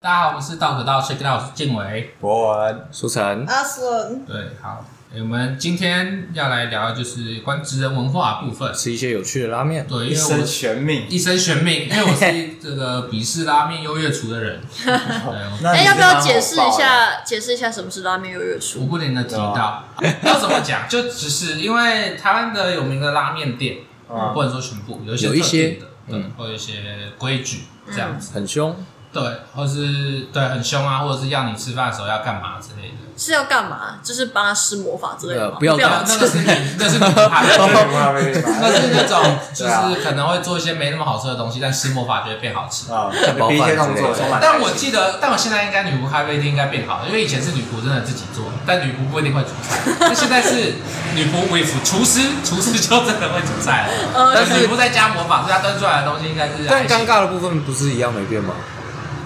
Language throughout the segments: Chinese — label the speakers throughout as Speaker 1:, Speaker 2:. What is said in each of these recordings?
Speaker 1: 大家好，我们是道可道 Check It Out，我是静伟。
Speaker 2: 博文，
Speaker 3: 苏晨，
Speaker 4: 阿顺，
Speaker 1: 对，好，诶我们今天要来聊就是关于职人文化的部分。
Speaker 3: 吃一些有趣的拉面。
Speaker 1: 对，因
Speaker 2: 一
Speaker 1: 为
Speaker 2: 生
Speaker 1: 我
Speaker 2: 悬命。
Speaker 1: 一生悬 命，因为我是这个鄙视拉面优越厨的人。对，
Speaker 2: 那
Speaker 4: 哎，
Speaker 2: 你
Speaker 4: 要不
Speaker 2: 真
Speaker 4: 要
Speaker 2: 的
Speaker 4: 解释
Speaker 2: 好
Speaker 4: 一
Speaker 2: 爆欸？
Speaker 4: 下？解释一下什么是拉面优越
Speaker 1: 我
Speaker 4: 厨？
Speaker 1: 不停的提到，要怎么讲？就只是因为台湾的有名的拉面店，
Speaker 2: 嗯
Speaker 1: 不能说全部，有一些
Speaker 3: 啊有一
Speaker 1: 特定
Speaker 3: 些嗯
Speaker 1: 的，对，或有一些规矩这样子，
Speaker 3: 很凶，
Speaker 1: 对，或是对很凶啊，或者是要你吃饭的时候要干嘛之类的。
Speaker 4: 是要干嘛？就是帮他施魔法之类的吗？
Speaker 3: 对不要
Speaker 4: 不
Speaker 1: 那
Speaker 4: 要
Speaker 3: 干
Speaker 1: 那个是你， 那是你怕。 那是那种就
Speaker 2: 对啊
Speaker 1: 是可能会做一些没那么好吃的东西，但施魔法就会变好吃。
Speaker 2: 啊，
Speaker 3: 饱
Speaker 2: 第一天
Speaker 3: 饭
Speaker 2: 动
Speaker 3: 之类
Speaker 2: 作
Speaker 3: 的
Speaker 2: 充满耐
Speaker 1: 但
Speaker 2: 心。
Speaker 1: 我记得，但我现在应该女仆咖啡店应该变好了，因为以前是女仆真的自己做，但女仆不一定会煮菜。那现在是女仆 with 厨师， 厨师就真的会煮菜了。
Speaker 4: 呃
Speaker 1: 但是女仆在加魔法，所以她端出来的东西应该是。
Speaker 3: 但尴。尬的部分不是一样没变吗？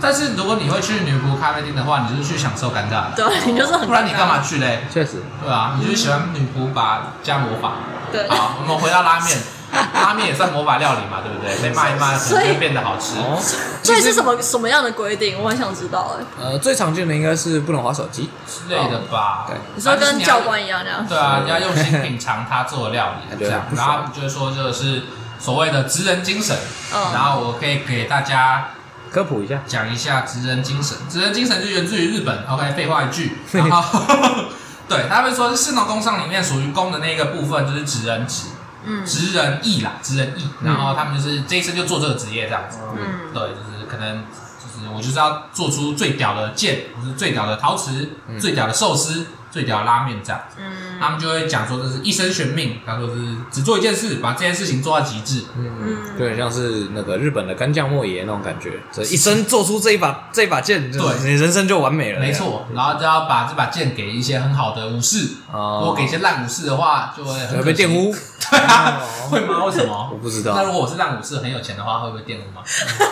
Speaker 1: 但是如果你会去女仆咖啡店的话，你就是去享受尴尬的，
Speaker 4: 对，你就是很
Speaker 1: 不然你干嘛？去嘞？
Speaker 3: 确实，
Speaker 1: 对啊，你就是喜欢女仆把加魔法。
Speaker 4: 对，
Speaker 1: 好，我们回到拉面，拉面也算魔法料理嘛，对不对？被骂一骂，可
Speaker 4: 所以
Speaker 1: 能就变得好吃。
Speaker 3: 哦，
Speaker 4: 所以是什么什么样的规定？我很想知道哎。
Speaker 3: 呃，最常见的应该是不能划手机，
Speaker 1: 之类的吧。
Speaker 3: 对
Speaker 4: 你说跟教官
Speaker 1: 一
Speaker 4: 一样那样？
Speaker 1: 对啊，你要用心品尝他做的料理，这样，
Speaker 3: 对不
Speaker 1: 然
Speaker 3: 爽
Speaker 1: 后他们就会说这是所谓的职人精神。
Speaker 4: 嗯
Speaker 1: 然后我可以给大家
Speaker 3: 科普一下。
Speaker 1: 讲一下职人精神，职人精神就源自于日本。OK，废话一句， 然后 对他们说是士农工商里面属于工的那个部分就是职人职，
Speaker 4: 嗯
Speaker 1: 职人艺啦，职人艺，然后他们就是这一生就做这个职业这样子。
Speaker 2: 嗯
Speaker 4: 嗯，
Speaker 1: 对，就是可能就是我就是要做出最屌的剑，或是最屌的陶瓷，
Speaker 3: 嗯
Speaker 1: 最屌的寿司，最屌的拉面这样。嗯，他们就会讲说这是一生悬命，他说是只做一件事，把这件事情做到极致。
Speaker 3: 嗯，有点像是那个日本的干将莫邪那种感觉，这一生做出这一把这一把剑，就是
Speaker 1: 对
Speaker 3: 你人生就完美了。
Speaker 1: 没错，然后就要把这把剑给一些很好的武士，
Speaker 3: 哦
Speaker 1: 如果给一些烂武士的话，就会
Speaker 3: 这
Speaker 1: 很
Speaker 3: 样，会被
Speaker 1: 可惜
Speaker 3: 玷。污，
Speaker 1: 对啊， 会吗？为什么？
Speaker 3: 我不知
Speaker 1: 那如
Speaker 3: 道。
Speaker 1: 果我是让武士很有钱的话，会不会玷 污吗？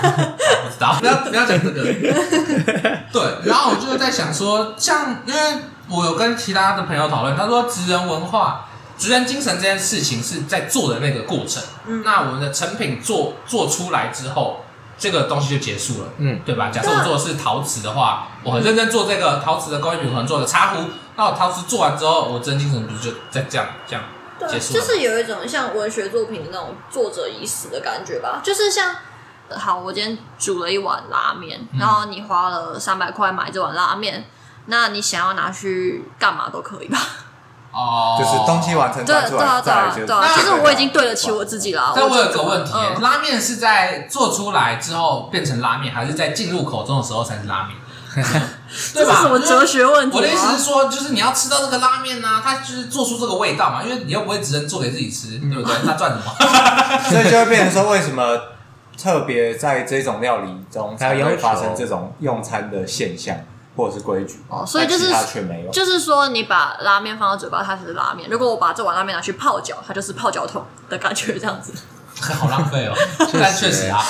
Speaker 1: 嗯好不知道，不要不要讲 这个。对，然后我就在想说，像因为我有跟其他的朋友讨论，他说职人文化、职人精神这件事情是在做的那个过程。
Speaker 4: 嗯
Speaker 1: 那我们的成品做做出来之后，这个东西就结束了。
Speaker 3: 嗯，
Speaker 1: 对
Speaker 4: 啊
Speaker 1: 吧？假设我做的是陶瓷的话，我很认真做这个陶瓷的工艺品，我可能做个茶壶。那我陶瓷做完之后，我真精神不是就在这样这样
Speaker 4: 对啊，
Speaker 1: 结束
Speaker 4: 就
Speaker 1: 了？
Speaker 4: 是有一种像文学作品的那种作者已死的感觉吧，就是像。呃好，我今天煮了一碗拉面，
Speaker 1: 嗯
Speaker 4: 然后你花了三百块买这碗拉面，那你想要拿去干嘛都可以吧？
Speaker 1: 哦，
Speaker 2: 就是东西完成
Speaker 4: 对
Speaker 2: 端出
Speaker 4: 对啊
Speaker 2: 来，
Speaker 4: 对
Speaker 2: 再来
Speaker 4: 啊
Speaker 2: 就
Speaker 4: 对啊，
Speaker 1: 那
Speaker 4: 就是我已经对得啊起我自己啦。
Speaker 1: 但我
Speaker 4: 就
Speaker 1: 有个问题、
Speaker 4: 嗯
Speaker 1: 拉面是在做出来之后变成拉面，还是在进入口中的时候才是拉 面？对
Speaker 4: 这
Speaker 1: 吧？
Speaker 4: 是什么哲学问题啊
Speaker 1: 我
Speaker 4: 吗
Speaker 1: 的意思是说，就是你要吃到这个拉面呢、它就是做出这个味道嘛，因为你又不会只能做给自己吃，
Speaker 4: 嗯
Speaker 1: 对不对？那赚什 么？
Speaker 2: 所以就会变成说，为什么特别在这种料理中才
Speaker 3: 还有要
Speaker 2: 会
Speaker 3: 求
Speaker 2: 发生这种用餐的现象或者是规矩？
Speaker 4: 哦所以就是
Speaker 2: 但其他却没有。
Speaker 4: 就是说，你把拉面放到嘴巴，它才是拉面；如果我把这碗拉面拿去泡脚，它就是泡脚桶的感觉，这样子。
Speaker 1: 好浪费哦， 但确实 啊，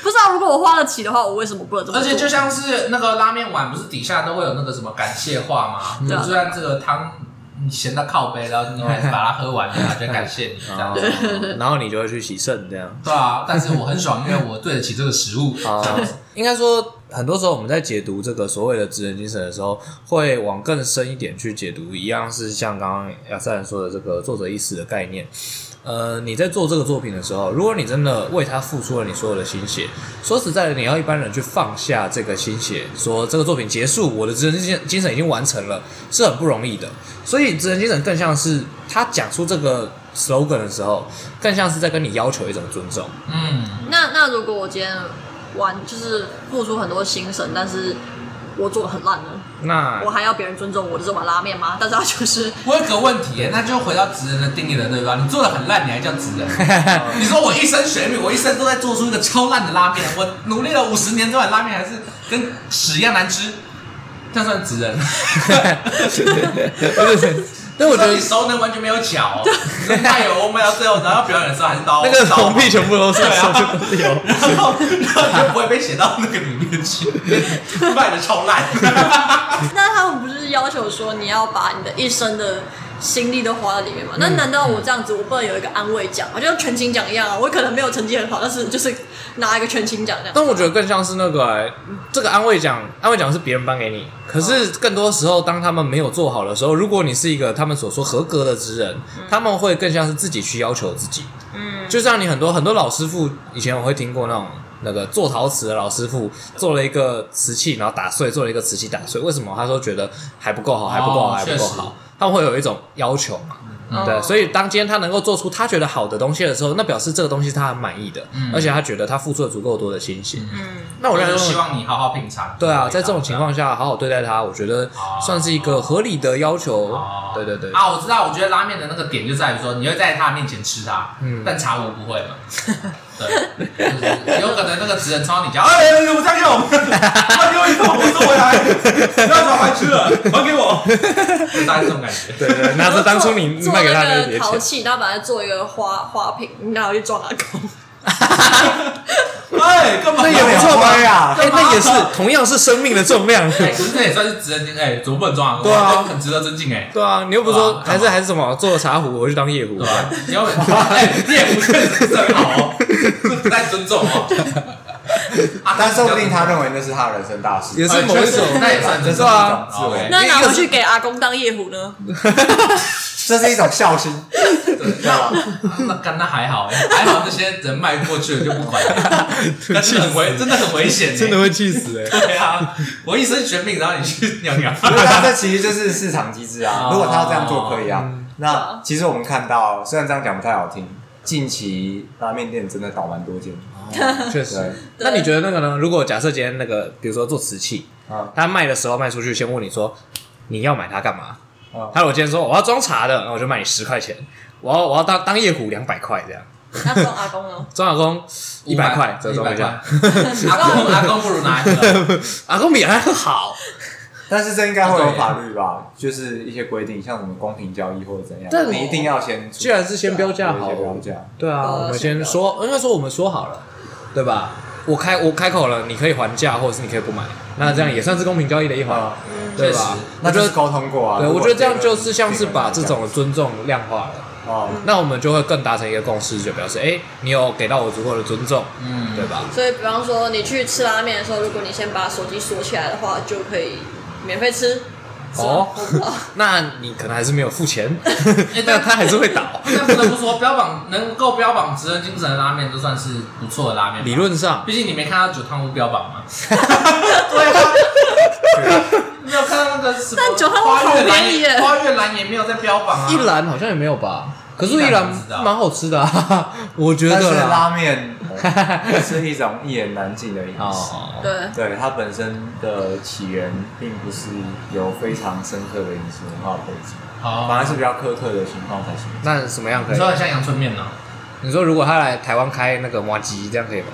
Speaker 4: 不是啊，如果我花得起的话，我为什么不能这么
Speaker 1: 而
Speaker 4: 做？
Speaker 1: 且就像是那个拉面碗，不是底下都会有那个什么感谢话吗？
Speaker 4: 对啊
Speaker 1: 就算这个汤你咸到靠背，然后你还是把它喝完，然后就感 谢你这样子。
Speaker 3: 然后你就会去洗肾这样。
Speaker 1: 对啊，但是我很爽，因为我对得起这个食物。
Speaker 3: 啊、应该说，很多时候我们在解读这个所谓的职人精神的时候，会往更深一点去解读，一样是像刚刚亚塞人说的这个作者意识的概念。呃，你在做这个作品的时候，如果你真的为它付出了你所有的心血，说实在的，你要一般人去放下这个心血，说这个作品结束，我的职人精精神已经完成了，是很不容易的。所以职人精神更像是他讲出这个 slogan 的时候，更像是在跟你要求一种尊重。
Speaker 1: 嗯，
Speaker 4: 那那如果我今天玩就是付出很多心神，但是我做的很烂呢，
Speaker 3: 那
Speaker 4: 我还要别人尊重我的这碗拉面吗？但是它就是
Speaker 1: 我有个问题耶，那就回到职人的定义了，对吧？你做的很烂，你还叫职 人？你说我一生学命，我一生都在做出一个超烂的拉面，我努力了五十年，这碗拉面还是跟屎一样难吃，这样算职人？
Speaker 3: 但我觉
Speaker 1: 说
Speaker 3: 得
Speaker 1: 你熟能完全没有 巧、哦，你说哎呦，我们要最后然后表演的时候还是刀，
Speaker 3: 那个
Speaker 1: 刀
Speaker 3: 红屁全部都是，
Speaker 1: 对 啊
Speaker 3: 全部都是油。
Speaker 1: 然后然后你就不会被写到那个里面 去，卖的超烂。
Speaker 4: 那他们不是要求说你要把你的一生的心力都花在里面嘛。那难道我这样子，我不能有一个安慰奖吗？就像全勤奖一样啊，我可能没有成绩很好，但是就是拿一个全勤奖这样。
Speaker 3: 但我觉得更像是那个、欸，这个安慰奖，安慰奖是别人颁给你。可是更多时候，当他们没有做好的时候，如果你是一个他们所说合格的职人，他们会更像是自己去要求自己。嗯，就像你很多很多老师傅，以前我会听过那种那个做陶瓷的老师傅做了一个瓷器，然后打碎，做了一个瓷器打碎，为什么？他说觉得还不够好，还不够好，
Speaker 1: 哦
Speaker 3: 还不够
Speaker 1: 确实
Speaker 3: 好，他们会有一种要求嘛。
Speaker 4: 嗯
Speaker 3: 对，所以当今天他能够做出他觉得好的东西的时候，那表示这个东西是他很满意的，
Speaker 1: 嗯
Speaker 3: 而且他觉得他付出了足够多的心血。
Speaker 4: 嗯，
Speaker 3: 那我认
Speaker 1: 就
Speaker 3: 为
Speaker 1: 希望你好好品尝。
Speaker 3: 对啊，在这种情况下好好对待他，我觉得算是一个合理的要求
Speaker 1: 哦。
Speaker 3: 对对对，
Speaker 1: 啊，我知道，我觉得拉面的那个点就在于说，你会在他面前吃它，但茶我不 会嘛。对，就是有可能那个职人冲到你家，哎，哎哎我这样用，他给我一桶，我收回来，不要找白吃了，还给我， 就大概这种感觉。
Speaker 3: 对对，那是当初你
Speaker 4: 做
Speaker 3: 卖给他
Speaker 4: 那
Speaker 3: 的
Speaker 4: 个
Speaker 3: 别
Speaker 4: 陶
Speaker 3: 钱。
Speaker 4: 器，然后把它做一个花花瓶，然后去装阿公。
Speaker 1: 哎，干嘛？
Speaker 3: 那也不错吧
Speaker 2: 哎呀
Speaker 3: 哎，那也是同样是生命的重量。
Speaker 1: 哎，可是这也算是职人精哎，怎么不能装啊？
Speaker 3: 对啊
Speaker 1: 很值得尊敬哎。
Speaker 3: 对啊，你又不是说
Speaker 1: 哇
Speaker 3: 还是还是什么做了茶壶，我去当夜壶
Speaker 1: 对。吧？ 你 要哎，你也不确实是很好哦，这不太尊重哦。啊
Speaker 2: 但说不定他认为那是他的人生大事
Speaker 3: 也。是某一
Speaker 1: 哎
Speaker 3: 种
Speaker 1: 确实那也算尊重
Speaker 3: 对啊
Speaker 1: 哦，OK
Speaker 4: 那拿
Speaker 3: 一个
Speaker 4: 回
Speaker 3: 是
Speaker 4: 去给阿公当夜壶 呢？
Speaker 2: 这是一种孝心。
Speaker 3: 啊
Speaker 1: 那那干那还好，还好那些人迈过去了就不管 了，但是很危，真的很危险欸，
Speaker 3: 真的会气死哎！
Speaker 1: 对啊！我一身玄命，然后你去尿尿，
Speaker 2: 因为他这其实就是市场机制啊
Speaker 1: 哦。
Speaker 2: 如果他要这样做可以啊。
Speaker 3: 嗯
Speaker 4: 啊
Speaker 2: 那其实我们看到，虽然这样讲不太好听，近期拉面店真的倒蛮多间。
Speaker 3: 确
Speaker 2: 对
Speaker 3: 实。那你觉得那个呢？如果假设今天那个，比如说做瓷器，
Speaker 2: 啊
Speaker 3: 他卖的时候卖出去，先问你说你要买它干嘛？
Speaker 2: 啊，
Speaker 3: 他如果今天说我要装茶的，那我就卖你十块钱；我要我要当当夜壶两百块这样。
Speaker 4: 那装阿公呢？
Speaker 3: 装阿公 一百块折
Speaker 1: 一
Speaker 3: 中
Speaker 1: 百
Speaker 3: 一下
Speaker 1: 块，，阿公阿公不如拿一 个，
Speaker 3: 阿公比他好。
Speaker 2: 但是这应该会有法律吧？就是一些规定，像什么公平交易或者怎样，
Speaker 3: 但
Speaker 2: 你一定要先出，
Speaker 3: 居然是先标价
Speaker 2: 有
Speaker 3: 好
Speaker 2: 一些标价，
Speaker 3: 对啊，
Speaker 4: 呃
Speaker 3: 我们先说，应该说我们说好了，对吧？我开我开口了，你可以还价，或者是你可以不买，那这样也算是公平交易的一环
Speaker 2: 啊，，
Speaker 3: 对
Speaker 1: 确实
Speaker 3: 吧？
Speaker 2: 那
Speaker 3: 我
Speaker 2: 就
Speaker 3: 觉
Speaker 2: 是
Speaker 3: 得，
Speaker 2: 沟通过啊。
Speaker 3: 对
Speaker 2: 如
Speaker 3: 我
Speaker 2: 果
Speaker 3: 觉得这样
Speaker 2: 个
Speaker 3: 就是像是
Speaker 2: 定
Speaker 3: 把
Speaker 2: 了
Speaker 3: 这种尊重量化了，
Speaker 2: 哦，
Speaker 3: 那我们就会更达成一个共识，就表示，哎，你有给到我足够的尊重，
Speaker 1: 嗯
Speaker 3: 对吧？
Speaker 4: 所以，比方说你去吃拉面的时候，如果你先把手机锁起来的话，就可以免费吃。是吗
Speaker 3: 哦
Speaker 4: 我不知道
Speaker 3: 那你可能还是没有付钱，
Speaker 1: 哎
Speaker 3: 那
Speaker 1: 但
Speaker 3: 他还是会倒。
Speaker 1: 但不得不说，标榜能够标榜职人精神的拉面，就算是不错的拉面吧。
Speaker 3: 理论上，
Speaker 1: 毕竟你没看到九汤屋标榜 吗？对啊，
Speaker 3: 啊
Speaker 1: 没有看到那个什么
Speaker 4: 但九汤屋
Speaker 1: 花月
Speaker 4: 好便
Speaker 1: 兰
Speaker 4: 宜
Speaker 1: 也，
Speaker 4: 耶
Speaker 1: 花月兰也没有在标榜啊。
Speaker 3: 一兰好像也没有吧？可是
Speaker 1: 一兰
Speaker 3: 一兰
Speaker 1: 好吃的啊
Speaker 3: 蛮好吃的、啊， 我觉
Speaker 2: 但是
Speaker 3: 得啦。
Speaker 2: 拉面呃是一种一言难尽的饮食。
Speaker 3: 哦，
Speaker 4: 对，
Speaker 2: 对它本身的起源，并不是有非常深刻的饮食文化背景，反
Speaker 1: 好，
Speaker 2: 而是比较苛刻的情况才行。
Speaker 3: 那什么样可
Speaker 1: 你
Speaker 3: 以
Speaker 1: 说？很像阳春面呢？哦
Speaker 3: 你说如果他来台湾开那个麻吉，这样可以吗？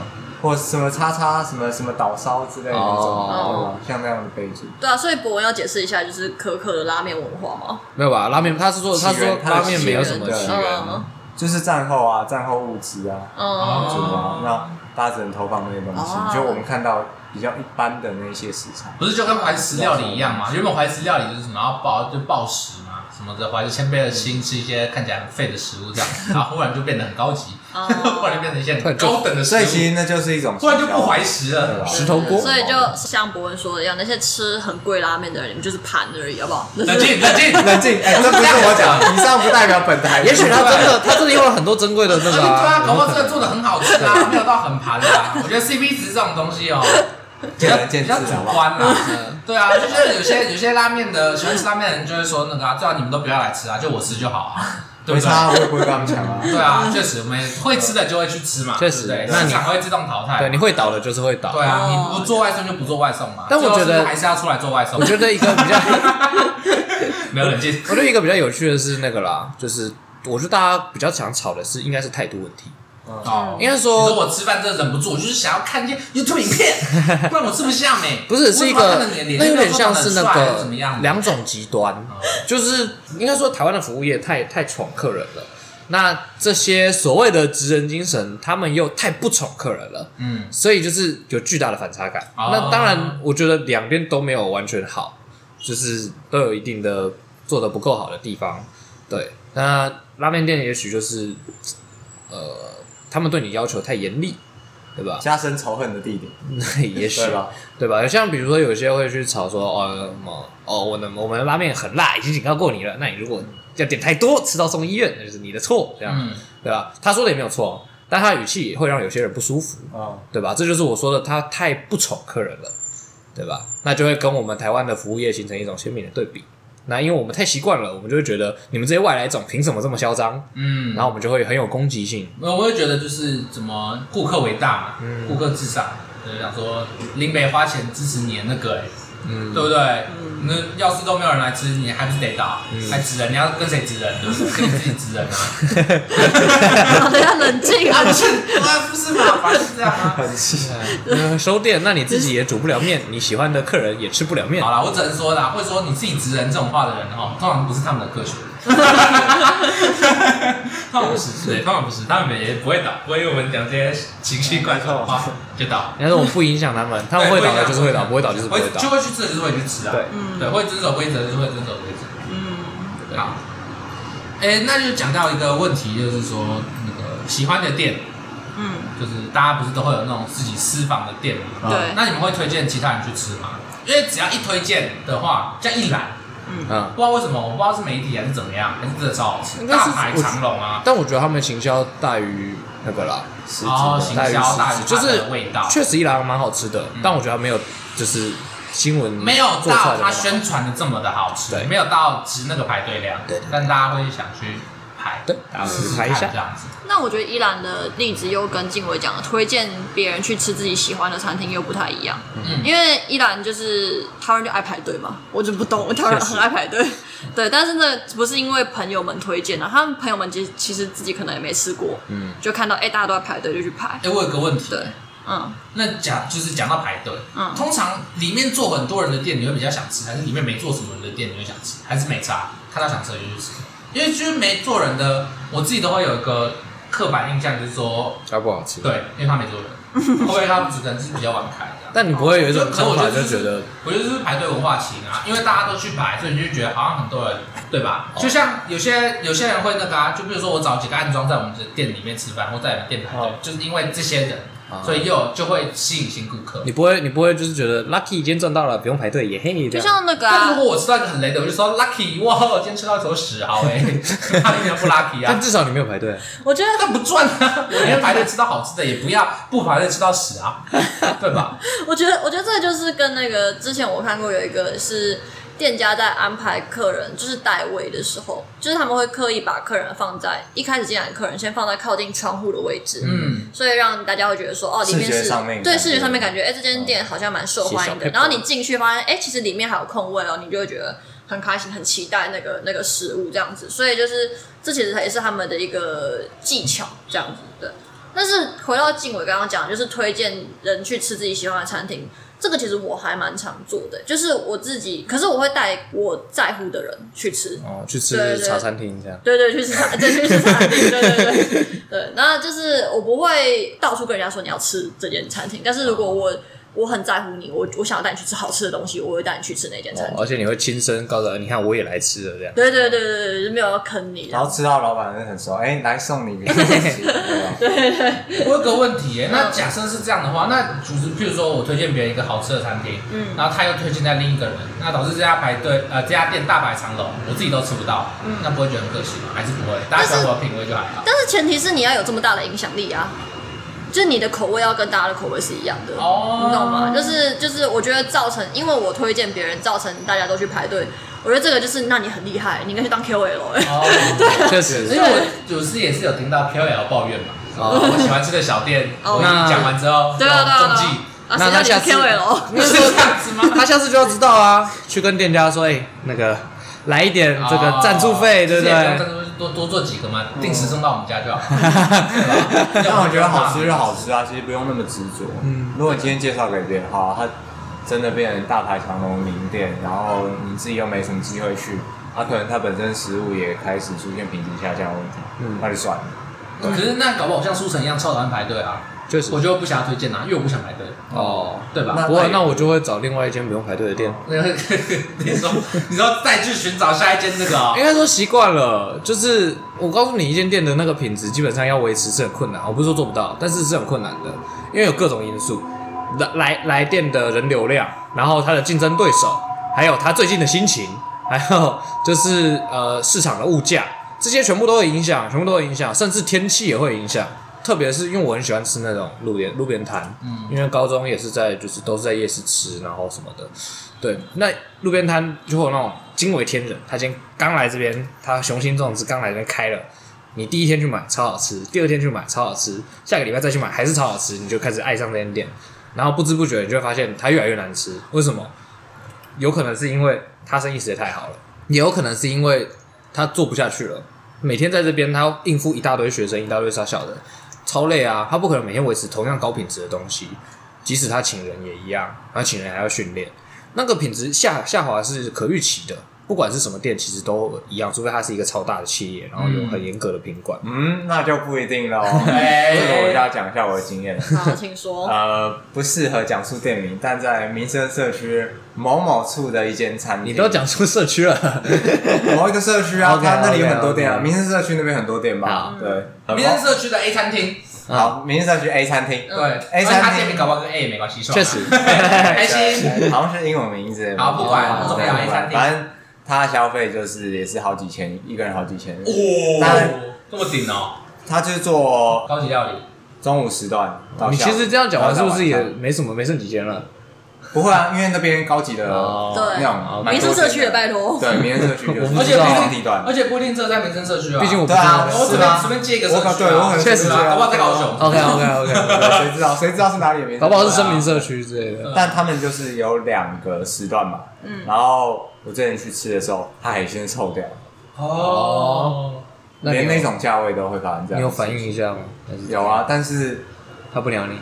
Speaker 2: 或什么叉叉什么什么倒烧之类的那种，
Speaker 3: 哦
Speaker 2: 像那样的背景。
Speaker 4: 对啊，所以博文要解释一下，就是可可的拉面文化嘛。
Speaker 3: 没有吧？拉面他是说他
Speaker 2: 起源
Speaker 3: 说拉面没有什么
Speaker 2: 它的
Speaker 3: 起
Speaker 2: 起
Speaker 3: 源啊
Speaker 2: 源
Speaker 4: 嗯
Speaker 2: 就是战后啊，战后物资啊，
Speaker 4: 嗯，
Speaker 3: 哦
Speaker 2: 什么、那大家只能投放那些东西，
Speaker 4: 哦
Speaker 2: 就我们看到比较一般的那些食材。
Speaker 1: 不是就跟怀石料理一样嘛？原本怀石料理就是什么要暴就暴食嘛，什么的怀着谦卑的心吃一些看起来很废的食物这样，然后忽然就变得很高级，
Speaker 4: 哦
Speaker 1: 忽然就变成一些很高等的食
Speaker 2: 所以其
Speaker 1: 物，
Speaker 2: 实那就是一种，
Speaker 1: 忽然就不怀石
Speaker 2: 对
Speaker 1: 了
Speaker 2: 吧。
Speaker 3: 石头锅
Speaker 4: 所以就像博文说的一样，那些吃很贵拉面的人，你们就是盘而已，好不好？
Speaker 1: 冷静冷 静，啊
Speaker 2: 冷静，哎、这不是我讲，以上不代表本台。
Speaker 3: 也许他真的他真的用了很多珍贵的那
Speaker 1: 对
Speaker 3: 个
Speaker 1: 啊，搞不好真的
Speaker 3: 啊。
Speaker 1: 做的很好吃啊，没有到很盘啦。我觉得 CP 值这种东 西哦，比
Speaker 2: 见
Speaker 1: 较
Speaker 2: 仁见
Speaker 1: 比
Speaker 2: 智，
Speaker 1: 较主
Speaker 2: 好不好？
Speaker 1: 观啦。嗯对啊，就是有些有些拉面的喜欢吃拉面的人就会说那个啊，最好你们都不要来吃啊，就我吃就好啊，对
Speaker 2: 没
Speaker 1: 不对？
Speaker 2: 差，我也不会跟他们抢啊。
Speaker 1: 对啊，确实，我们会吃的就会去吃嘛，
Speaker 3: 确实
Speaker 1: 对不对
Speaker 3: 那你
Speaker 1: 市场会自动淘汰。
Speaker 3: 对，你会倒的就是会倒。
Speaker 1: 对啊，
Speaker 4: 哦
Speaker 1: 你不做外送就不做外送嘛。
Speaker 3: 但我
Speaker 1: 最
Speaker 3: 觉得
Speaker 1: 后是不是还是要出来做外送。
Speaker 3: 我觉得一个比较，
Speaker 1: 没有冷静
Speaker 3: 我觉得一个比较有趣的是那个啦，就是我觉得大家比较想吵的是应该是态度问题，
Speaker 1: 哦。
Speaker 3: 应该
Speaker 1: 你
Speaker 3: 说
Speaker 1: 说我吃饭真的忍不住，我就是想要看一些 YouTube 影 片，不然我吃不下没。
Speaker 3: 不是，是一
Speaker 1: 我怎么看
Speaker 3: 个
Speaker 1: 到你的脸
Speaker 3: 那有点
Speaker 1: 就知道
Speaker 3: 像
Speaker 1: 长得
Speaker 3: 是那
Speaker 1: 帅还
Speaker 3: 个
Speaker 1: 怎么样的哦
Speaker 3: 两种极端，就是应该说台湾的服务业太太宠客人了。那这些所谓的职人精神，他们又太不宠客人了，
Speaker 1: 嗯，
Speaker 3: 所以就是有巨大的反差感。
Speaker 1: 哦
Speaker 3: 那当然，我觉得两边都没有完全好，就是都有一定的做的不够好的地方。对，那拉面店也许就是，呃，他们对你要求太严厉，对 吧？
Speaker 2: 加深仇恨的地点，
Speaker 3: 那也许
Speaker 2: 对吧？
Speaker 3: 对吧？像比如说有些会去吵说哦什么哦，我的我们的拉面很辣，已经警告过你了。那你如果要点太多，吃到送医院，那就是你的错，这样、
Speaker 1: 嗯，
Speaker 3: 对吧？他说的也没有错，但他的语气会让有些人不舒服，
Speaker 2: 啊，
Speaker 3: 对吧？这就是我说的，他太不宠客人了，对吧？那就会跟我们台湾的服务业形成一种鲜明的对比。那因为我们太习惯了，我们就会觉得你们这些外来种凭什么这么嚣张？
Speaker 1: 嗯，
Speaker 3: 然后我们就会很有攻 击性。
Speaker 1: 我我也觉得就是怎么顾客为大嘛，
Speaker 3: 嗯
Speaker 1: 顾客至上。对，想说林北花钱支持你的那个、欸，
Speaker 3: 嗯
Speaker 1: 对不对？
Speaker 4: 嗯
Speaker 1: 那要是都没有人来吃，你还不是得倒？
Speaker 3: 嗯
Speaker 1: 还指人？你要跟谁指 人？对不对？跟你自己指人 啊！
Speaker 4: 等一下冷静啊
Speaker 1: 啊，！是啊，不是嘛，反正是这样啊。
Speaker 2: 很气，
Speaker 3: 呃收店，那你自己也煮不了面，你喜欢的客人也吃不了 面
Speaker 1: 好。啦，我只能说啦，会说你自己直人这种话的人哦，通常不是他们的客 群。他们不是，对，他们不是，他们也不会倒，不会因为我们讲这些情绪怪兽的话就倒。
Speaker 3: 但是我不影响他们，他们会倒的就是会倒，不会倒就是不
Speaker 1: 会
Speaker 3: 会倒
Speaker 1: 就。会去吃的就是会去吃啊。
Speaker 2: 对
Speaker 4: 嗯
Speaker 1: 对，会遵守规则就是会遵守规则。
Speaker 4: 嗯，
Speaker 3: 对
Speaker 1: 好，哎，那就讲到一个问题，就是说那个喜欢的店，
Speaker 4: 嗯，
Speaker 1: 就是大家不是都会有那种自己私房的店嘛？
Speaker 2: 啊
Speaker 3: 嗯
Speaker 4: 对，
Speaker 1: 那你们会推荐其他人去吃吗？因为只要一推荐的话，这样一来，
Speaker 4: 嗯，
Speaker 3: 嗯，
Speaker 1: 不知道为什么，我不知道是媒体还是怎么样，还是真的超好吃，
Speaker 3: 应该
Speaker 1: 大
Speaker 3: 是
Speaker 1: 排长龙啊，
Speaker 3: 但我觉得他们行销大于那个啦，
Speaker 2: 实
Speaker 1: 然后
Speaker 2: 际
Speaker 1: 行
Speaker 2: 的
Speaker 3: 大于
Speaker 1: 销大
Speaker 3: 实
Speaker 1: 于
Speaker 3: 际就是
Speaker 1: 它的味道，
Speaker 3: 确实一来蛮好吃的，但我觉得他没有就是新闻
Speaker 1: 没有
Speaker 3: 做出
Speaker 1: 到
Speaker 3: 来的那
Speaker 1: 它
Speaker 3: 么好
Speaker 1: 宣传的这么的好吃
Speaker 3: 对，
Speaker 1: 没有到值那个排队量，
Speaker 3: 对对
Speaker 1: 但大家会想去排，
Speaker 3: 对，大家
Speaker 1: 试
Speaker 3: 去
Speaker 1: 试
Speaker 3: 拍
Speaker 1: 看
Speaker 3: 一
Speaker 1: 这
Speaker 3: 下。
Speaker 1: 样子。
Speaker 4: 那我觉得依兰的例子又跟静伟讲的，推荐别人去吃自己喜欢的餐厅又不太一样。
Speaker 1: 嗯
Speaker 4: 因为依兰就是台湾人就爱排队嘛，我就不 懂，我台湾人很爱排队。对，但是呢，不是因为朋友们推荐啊，他们朋友们其实其实自己可能也没吃过，
Speaker 3: 嗯，
Speaker 4: 就看到哎、大家都在排队就去排。
Speaker 1: 哎，我有个问题，
Speaker 4: 对，嗯，
Speaker 1: 那讲就是讲到排队，
Speaker 4: 嗯
Speaker 1: 通常里面坐很多人的店，你会比较想吃，还是里面没坐什么人的店你会想吃，还是没差，看到想吃的就去吃？因为就是没坐人的，我自己都会有一个刻板印象，就是说，
Speaker 3: 它不好吃，
Speaker 1: 对，因为他没坐 人，会不会他只能是比较晚开啊这样？
Speaker 3: 但你不会有一种
Speaker 1: 可是
Speaker 3: 想
Speaker 1: 我
Speaker 3: 法
Speaker 1: 觉
Speaker 3: 就
Speaker 1: 得
Speaker 3: 觉得
Speaker 1: 我觉得就是排队文化型啊，因为大家都去排，所以你就觉得好像很多人，对吧？哦就像有些有些人会那个啊，就比如说我找几个暗装在我们的店里面吃饭，或在我们店排队，
Speaker 2: 哦
Speaker 1: 就是因为这些人，
Speaker 3: 啊
Speaker 1: 所以又就会吸引新顾客
Speaker 3: 你。不会，你不会就是觉得 lucky 今天赚到了，不用排队，耶嘿，这
Speaker 4: 就
Speaker 3: 样
Speaker 4: 像那个、
Speaker 1: 但如
Speaker 4: 啊
Speaker 1: 果，我吃到一个很雷的，我就说 lucky 哇，我今天吃到一坨屎，好哎、欸，他一点都不 lucky
Speaker 3: 但
Speaker 1: 啊，
Speaker 3: 至少你没有排队，
Speaker 4: 我觉得
Speaker 1: 那不赚啊！我连排队吃到好吃的也不要，不排队吃到屎啊，对吧？
Speaker 4: 我觉得，我觉得这个就是跟那个之前我看过有一个是店家在安排客人就是代位的时候，就是他们会刻意把客人放在一开始进来的客人先放在靠近窗户的位置，
Speaker 1: 嗯，
Speaker 4: 所以让大家会觉得说哦，里面
Speaker 2: 视觉
Speaker 4: 是
Speaker 2: 上面
Speaker 4: 对
Speaker 2: 感觉
Speaker 4: 视觉上面感觉哎、这间店好像蛮受欢迎
Speaker 3: 写
Speaker 4: 的，
Speaker 3: 小
Speaker 4: 然后你进去发现哎、其实里面还有空位哦，你就会觉得很开心，很期待那个那个食物这样子，所以就是这其实也是他们的一个技巧这样子对。但是回到静伟刚刚讲，就是推荐人去吃自己喜欢的餐厅，这个其实我还蛮常做的，就是我自己，可是我会带我在乎的人去吃，
Speaker 3: 哦，去吃
Speaker 4: 对对
Speaker 3: 茶餐厅这样。哦
Speaker 4: 对对，去吃餐，对去吃餐厅，对对对对。那就是我不会到处跟人家说你要吃这间餐厅，但是如果我我很在乎你，我我想要带你去吃好吃的东西，我会带你去吃那间餐
Speaker 3: 哦，
Speaker 4: 厅。
Speaker 3: 而且你会亲身告诉他，你看我也来吃 了这样。
Speaker 4: 对对对对对，就没有要坑你。
Speaker 2: 然后吃到老板真的很熟，哎，来送 你一个东西，对吧？
Speaker 1: 我有个问题、
Speaker 4: 嗯
Speaker 1: 欸，那假设是这样的话，那组织，譬如说我推荐别人一个好吃的餐厅，
Speaker 4: 嗯
Speaker 1: 然后他又推荐在另一个人，那导致这家排队，呃，这家店大排长龙，我自己都吃不到，
Speaker 4: 嗯
Speaker 1: 那不会觉得很可惜吗？还是不会？大家喜欢我的品味就还好。
Speaker 4: 但是前提是你要有这么大的影响力啊，就是你的口味要跟大家的口味是一样的。
Speaker 1: 哦
Speaker 4: 你懂吗？就是就是，我觉得造成，因为我推荐别人，造成大家都去排队。我觉得这个就是，那你很厉害，你应该去当 KOL 哎、
Speaker 1: 哦，
Speaker 3: 确实，
Speaker 1: 因为我有时也是有听到 KOL 抱怨嘛，
Speaker 3: 哦
Speaker 1: 我喜欢吃的小店，
Speaker 4: 哦
Speaker 1: 我
Speaker 3: 那
Speaker 1: 讲完之后，哦
Speaker 4: 对啊对啊
Speaker 1: 中
Speaker 4: 对
Speaker 1: 计
Speaker 4: 啊，啊，
Speaker 3: 那
Speaker 4: 谁
Speaker 3: 他
Speaker 4: 叫你
Speaker 3: 下次
Speaker 4: 是 KOL？
Speaker 1: 你是这样子吗？
Speaker 3: 他下次就要知道啊，去跟店家说，哎、那个来一点
Speaker 4: 啊
Speaker 3: 这个赞助费，对不
Speaker 1: 是也用赞
Speaker 3: 对？
Speaker 1: 助费多多做几个嘛，定时送到我们家 就好。
Speaker 2: 但
Speaker 1: 但
Speaker 2: 我觉得好吃就好吃啊，其实不用那么执着。
Speaker 3: 嗯
Speaker 2: 嗯，如果今天介绍给别人，好、啊，他真的变成大排长龙名店，然后你自己又没什么机会去，啊，可能他本身食物也开始出现品质下降的问题，
Speaker 3: 嗯
Speaker 2: 那就算了。
Speaker 1: 可是那搞不好像苏城一样超讨厌排队啊。
Speaker 3: 确实
Speaker 1: 我。就不想要推荐啦，啊因为我不想排队，
Speaker 3: 哦，
Speaker 1: 对吧？
Speaker 3: 不过那我就会找另外一间不用排队的店。
Speaker 1: 那个 你说，你说再去寻找下一间那个哦
Speaker 3: 应该说习惯了，就是我告诉你，一间店的那个品质基本上要维持是很困难。我不是说做不到，但是是很困难的，因为有各种因素，来来来店的人流量，然后他的竞争对手，还有他最近的心情，还有就是呃市场的物价，这些全部都会影响，全部都会影响，甚至天气也会影响。特别是因为我很喜欢吃那种路边路边摊，嗯，因为高中也是在就是都是在夜市吃，然后什么的，对，那路边摊就会有那种惊为天人，他今天刚来这边，他雄心壮志刚来这边开了，你第一天去买超好吃，第二天去买超好吃，下个礼拜再去买还是超好吃，你就开始爱上这间店，然后不知不觉你就会发现它越来越难吃，为什么？有可能是因为他生意实在太好了，也有可能是因为他做不下去了，每天在这边他要应付一大堆学生，一大堆傻小的，超累啊，他不可能每天维持同样高品质的东西，即使他请人也一样，然后请人还要训练。那个品质下下滑是可预期的，不管是什么店，其实都一样，除非它是一个超大的企业，然后有很严格的品管。
Speaker 2: 嗯，那就不一定喽。哎，这个我就要讲一下我的经验了。
Speaker 4: 好，请说。
Speaker 2: 呃，不适合讲出店名，但在民生社区某某处的一间餐厅，
Speaker 3: 你都讲出社区了，
Speaker 2: 某一个社区啊，
Speaker 3: OK，
Speaker 2: 它那里有很多店啊，
Speaker 3: OK，OK
Speaker 2: 民生社区那边很多店
Speaker 3: 好
Speaker 2: 吧？对，很
Speaker 1: 民生社区的 A 餐厅，
Speaker 2: 好，民生社区 A 餐厅，
Speaker 1: 对，
Speaker 4: 嗯
Speaker 1: 而且它哎店名搞不好跟 A 也没关系，是吧
Speaker 3: 确实
Speaker 1: 开心。
Speaker 2: 好像是英文名字，
Speaker 1: 好不管
Speaker 2: 对
Speaker 1: 不重要 A 餐厅
Speaker 2: 反正它的消费就是也是好几千，一个人好几千。
Speaker 1: 嗯
Speaker 2: 当然
Speaker 1: 哇，这么顶哦，
Speaker 2: 他就是做
Speaker 1: 高级料理，
Speaker 2: 中午时段到
Speaker 3: 你
Speaker 2: 下午，
Speaker 3: 其实这样讲完是不是也
Speaker 2: 然后到晚
Speaker 3: 没什么，没剩几间了？
Speaker 2: 上不会啊？因为那边高级的
Speaker 3: 哦
Speaker 2: 那种
Speaker 4: 民
Speaker 2: 蛮
Speaker 4: 生
Speaker 2: 多
Speaker 4: 社区的，拜托。
Speaker 2: 对，民生社区就是
Speaker 3: 我不
Speaker 1: 而
Speaker 3: 知
Speaker 1: 且
Speaker 3: 道
Speaker 1: 不
Speaker 3: 啊
Speaker 2: 高
Speaker 1: 一
Speaker 2: 地
Speaker 1: 定，
Speaker 2: 段，
Speaker 1: 而且不一定这在民生社区啊，
Speaker 3: 毕竟我不知
Speaker 2: 对啊
Speaker 3: 道。
Speaker 1: 我随
Speaker 2: 是啊
Speaker 1: 便随便借一个社
Speaker 2: 我
Speaker 1: 区
Speaker 2: 可对我
Speaker 1: 啊
Speaker 2: 很，
Speaker 3: 确实
Speaker 1: 对啊，搞不好在高
Speaker 2: 哦
Speaker 1: 雄。
Speaker 3: OK OK OK，
Speaker 2: 对谁知道谁知道是哪里的名字？
Speaker 3: 搞不好是生民社区之类的。
Speaker 2: 但他们就是有两个时段嘛，嗯，然后我之前去吃的时候，它海鲜臭掉，
Speaker 1: 哦，
Speaker 3: 那你有
Speaker 2: 连那种价位都会发生这
Speaker 3: 你有
Speaker 2: 样。
Speaker 3: 反应一下吗？还是
Speaker 2: 有啊，但是
Speaker 3: 他不鸟你？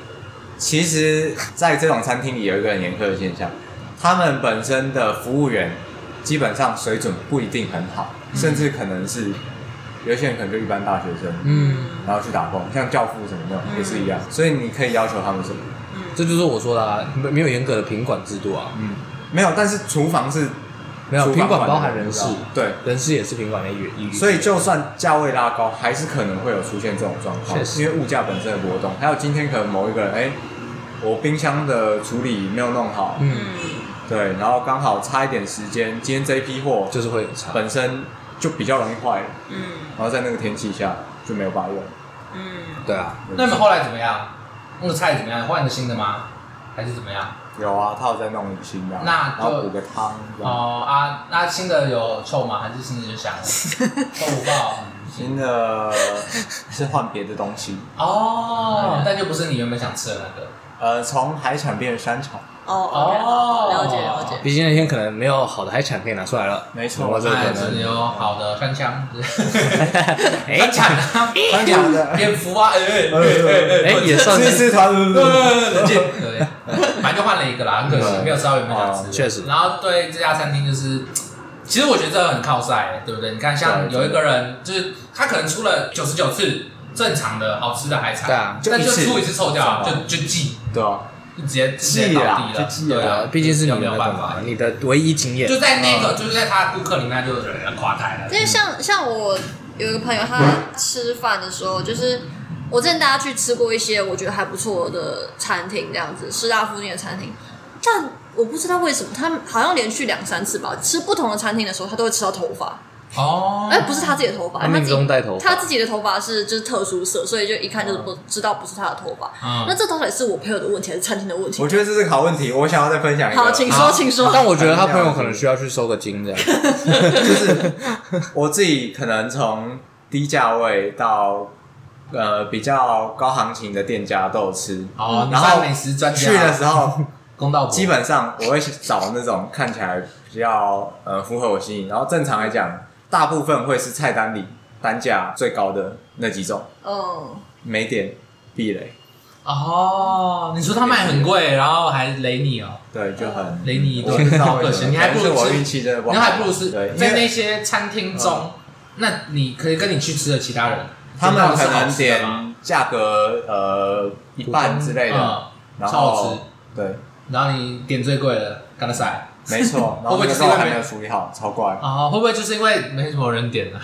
Speaker 2: 其实在这种餐厅里有一个很严苛的现象，他们本身的服务员基本上水准不一定很好，
Speaker 3: 嗯
Speaker 2: 甚至可能是有些人可能就一般大学生，
Speaker 3: 嗯，
Speaker 2: 然后去打工，像教父什么那种、也是一样，所以你可以要求他们什么？
Speaker 3: 这就是我说的啊，没没有严格的品管制度啊，
Speaker 2: 嗯，没有，但是厨房是
Speaker 3: 没有
Speaker 2: 厨
Speaker 3: 品
Speaker 2: 房
Speaker 3: 管
Speaker 2: 管的
Speaker 3: 包含人
Speaker 2: 你知
Speaker 3: 事嗯
Speaker 2: 道，对，
Speaker 3: 人事也是品管的一员。
Speaker 2: 所以就算价位拉高，还是可能会有出现这种状况
Speaker 3: 确，实
Speaker 2: 因为物价本身的波动，还有今天可能某一个人，哎、我冰箱的处理没有弄好，
Speaker 3: 嗯，
Speaker 4: 嗯，
Speaker 2: 对，然后刚好差一点时间，今天这一批货
Speaker 3: 就是会有差。
Speaker 2: 本身就比较容易坏了，
Speaker 4: 嗯
Speaker 2: 然后在那个天气下就没有把握。
Speaker 4: 嗯，
Speaker 3: 对啊，
Speaker 1: 那你们后来怎么样？那个菜怎么样？换一个新的吗？还是怎么样？
Speaker 2: 有啊，他有在弄新的啊，
Speaker 1: 那
Speaker 2: 然后
Speaker 1: 就
Speaker 2: 补个汤，
Speaker 1: 哦啊，那新的有臭吗？还是新的就香了？臭不爆？
Speaker 2: 新的是换别的东西，
Speaker 1: 哦，但就不是你原本想吃的那个。
Speaker 2: 呃，从海产变山草，
Speaker 4: 哦，OK，好，了解了解。
Speaker 3: 毕竟那天可能没有好的海产可以拿出来了。
Speaker 2: 没错
Speaker 3: 我这个
Speaker 1: 哎，
Speaker 3: 可
Speaker 1: 只
Speaker 3: 能。
Speaker 1: 有好的翻墙，
Speaker 3: 哎
Speaker 1: 翻墙啊，
Speaker 2: 山草的，
Speaker 1: 蝙蝠啊，哎哎哎
Speaker 3: 哎，也算
Speaker 2: 吃
Speaker 3: 是嗯
Speaker 2: 吃团，呃
Speaker 1: 对，冷静，对，反正就换了一个啦，很可惜没有吃到原本想吃的。
Speaker 3: 哦确实
Speaker 1: 然后对这家餐厅就是，其实我觉得这很靠赛，对不对？你看，像有一个人就是他可能出了九十九次正常的好吃的海产，
Speaker 3: 对啊
Speaker 1: 但就
Speaker 2: 就一次
Speaker 1: 出一次臭掉
Speaker 2: 是
Speaker 1: 了
Speaker 2: 吧，
Speaker 1: 就就记，
Speaker 2: 对啊，
Speaker 1: 就直接就直接
Speaker 2: 记
Speaker 1: 倒
Speaker 2: 啦
Speaker 1: 地了，
Speaker 2: 就记
Speaker 1: 对
Speaker 2: 了
Speaker 1: 啊，
Speaker 3: 毕竟是你
Speaker 1: 就
Speaker 3: 们
Speaker 1: 没
Speaker 3: 的
Speaker 1: 有办法
Speaker 3: 嘛，。你的唯一经验
Speaker 1: 就在那个，就是在他的顾客里面，他就有人垮台了。
Speaker 4: 因为像像我有一个朋友，他吃饭的时候，就是我之前带他去吃过一些我觉得还不错的餐厅，这样子，师大附近的餐厅，但我不知道为什么，他好像连续两三次吧，吃不同的餐厅的时候，他都会吃到头发，
Speaker 1: 哦
Speaker 4: 哎，不是他自己的头发，
Speaker 3: 他
Speaker 4: 他
Speaker 3: 命
Speaker 4: 自己
Speaker 3: 中带头发
Speaker 4: 他自己的头发是就是特殊色，所以就一看就是不知道不是他的头发。
Speaker 1: 嗯
Speaker 4: 那这到底是我朋友的问题还是餐厅的问
Speaker 2: 哦
Speaker 4: 题
Speaker 2: 我？觉得这是个好问题，我想要再分享一个。
Speaker 4: 好，请
Speaker 1: 好
Speaker 4: 说，请说。
Speaker 3: 但我觉得他朋友可能需要去收个金这样。
Speaker 2: 就是我自己可能从低价位到呃比较高行情的店家都有吃，
Speaker 1: 哦，你
Speaker 2: 然后
Speaker 1: 算美食专家
Speaker 2: 去的时候，
Speaker 1: 公道婆
Speaker 2: 基本上我会找那种看起来比较呃符合我心意，然后正常来讲，呃大部分会是菜单里单价最高的那几种，
Speaker 4: 嗯，
Speaker 2: 没点避雷，
Speaker 1: 哦，你说他卖很贵，然后还雷你哦，
Speaker 2: 对，就很
Speaker 1: 雷你一
Speaker 2: 我
Speaker 1: 顿
Speaker 2: 不知， 道
Speaker 1: 好
Speaker 2: 为
Speaker 1: 可
Speaker 2: 什
Speaker 1: 惜，
Speaker 2: 么，
Speaker 1: 你还不
Speaker 2: 可能
Speaker 1: 如
Speaker 2: 是我
Speaker 1: 吃
Speaker 2: 运气真的不好，
Speaker 1: 你还不如是
Speaker 2: 对，因
Speaker 1: 在
Speaker 2: 为嗯
Speaker 1: 那些餐厅中，那你可以跟你去吃的其他人，
Speaker 2: 他们可能
Speaker 1: 点
Speaker 2: 点价格呃一半之类的，
Speaker 1: 嗯，
Speaker 2: 然
Speaker 1: 超
Speaker 2: 后
Speaker 1: 值。
Speaker 2: 对，
Speaker 1: 然后你点最贵的，干了塞
Speaker 2: 没错，然后那个时候还没有处理好，超怪。
Speaker 1: 啊？会不会就是因为没什么人点呢？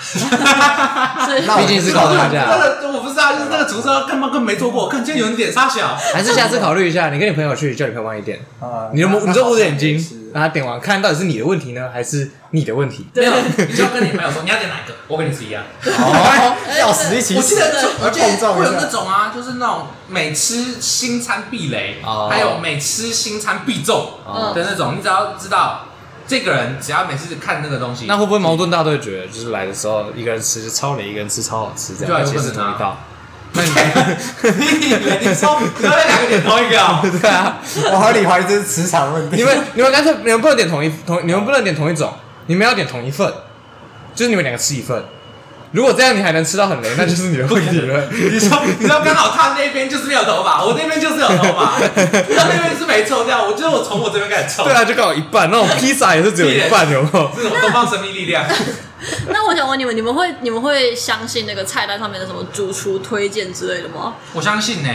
Speaker 4: 所以
Speaker 2: 那我
Speaker 3: 毕竟是高
Speaker 1: 那
Speaker 3: 单价，
Speaker 1: 个我不知道，就是那个厨师干嘛跟没做过，看今天有人点沙小，
Speaker 3: 还是下次考虑一下，你跟你朋友去，叫你朋友帮你点，
Speaker 2: 呃
Speaker 3: 嗯你就蒙你就捂着眼睛
Speaker 2: 那好像也，是
Speaker 3: 让他点完，看到底是你的问题呢，还是你的问题？
Speaker 1: 没有，你就要跟你朋友说你要点哪一个，我跟你是一 样。
Speaker 2: 哦，要死一起
Speaker 1: 我
Speaker 2: 死
Speaker 1: 记得 就
Speaker 2: 要
Speaker 1: 而且
Speaker 2: 碰撞
Speaker 1: 会
Speaker 2: 一
Speaker 1: 有那
Speaker 2: 下。
Speaker 1: 种啊，就是那种每吃新餐避雷，
Speaker 3: 哦
Speaker 1: 还有每吃新餐必中
Speaker 4: 哦
Speaker 1: 的那种，你只要知道这个人只要每次看那个东西，
Speaker 3: 那会不会矛盾大对决？就是来的时候一个人吃就超美，一个人吃超好吃，这
Speaker 1: 对啊
Speaker 3: 样而且
Speaker 1: 有可
Speaker 3: 是
Speaker 1: 能
Speaker 3: 同
Speaker 1: 啊
Speaker 3: 一道。那你
Speaker 1: 你超你超那两个点同一个哦，
Speaker 3: 对啊，
Speaker 2: 我合理怀疑这是磁场问题。
Speaker 3: 你们你们干脆你们不能点同一同，你们不能点同一种，你们要点同一份，就是你们两个吃一份。如果这样你还能吃到很雷，那就是你的问题了。
Speaker 1: 你说你说刚好他那边就是没有头发，我那边就是有头 发，他那边是没抽掉，我觉得我从我这边开始抽，
Speaker 3: 对啊，就刚好一半，那种披萨也是只有一半，有没有？
Speaker 1: 这种东方神秘力量，
Speaker 4: 那我想问你们，你们会你们会相信那个菜单上面的什么主厨推荐之类的吗？
Speaker 1: 我相信呢、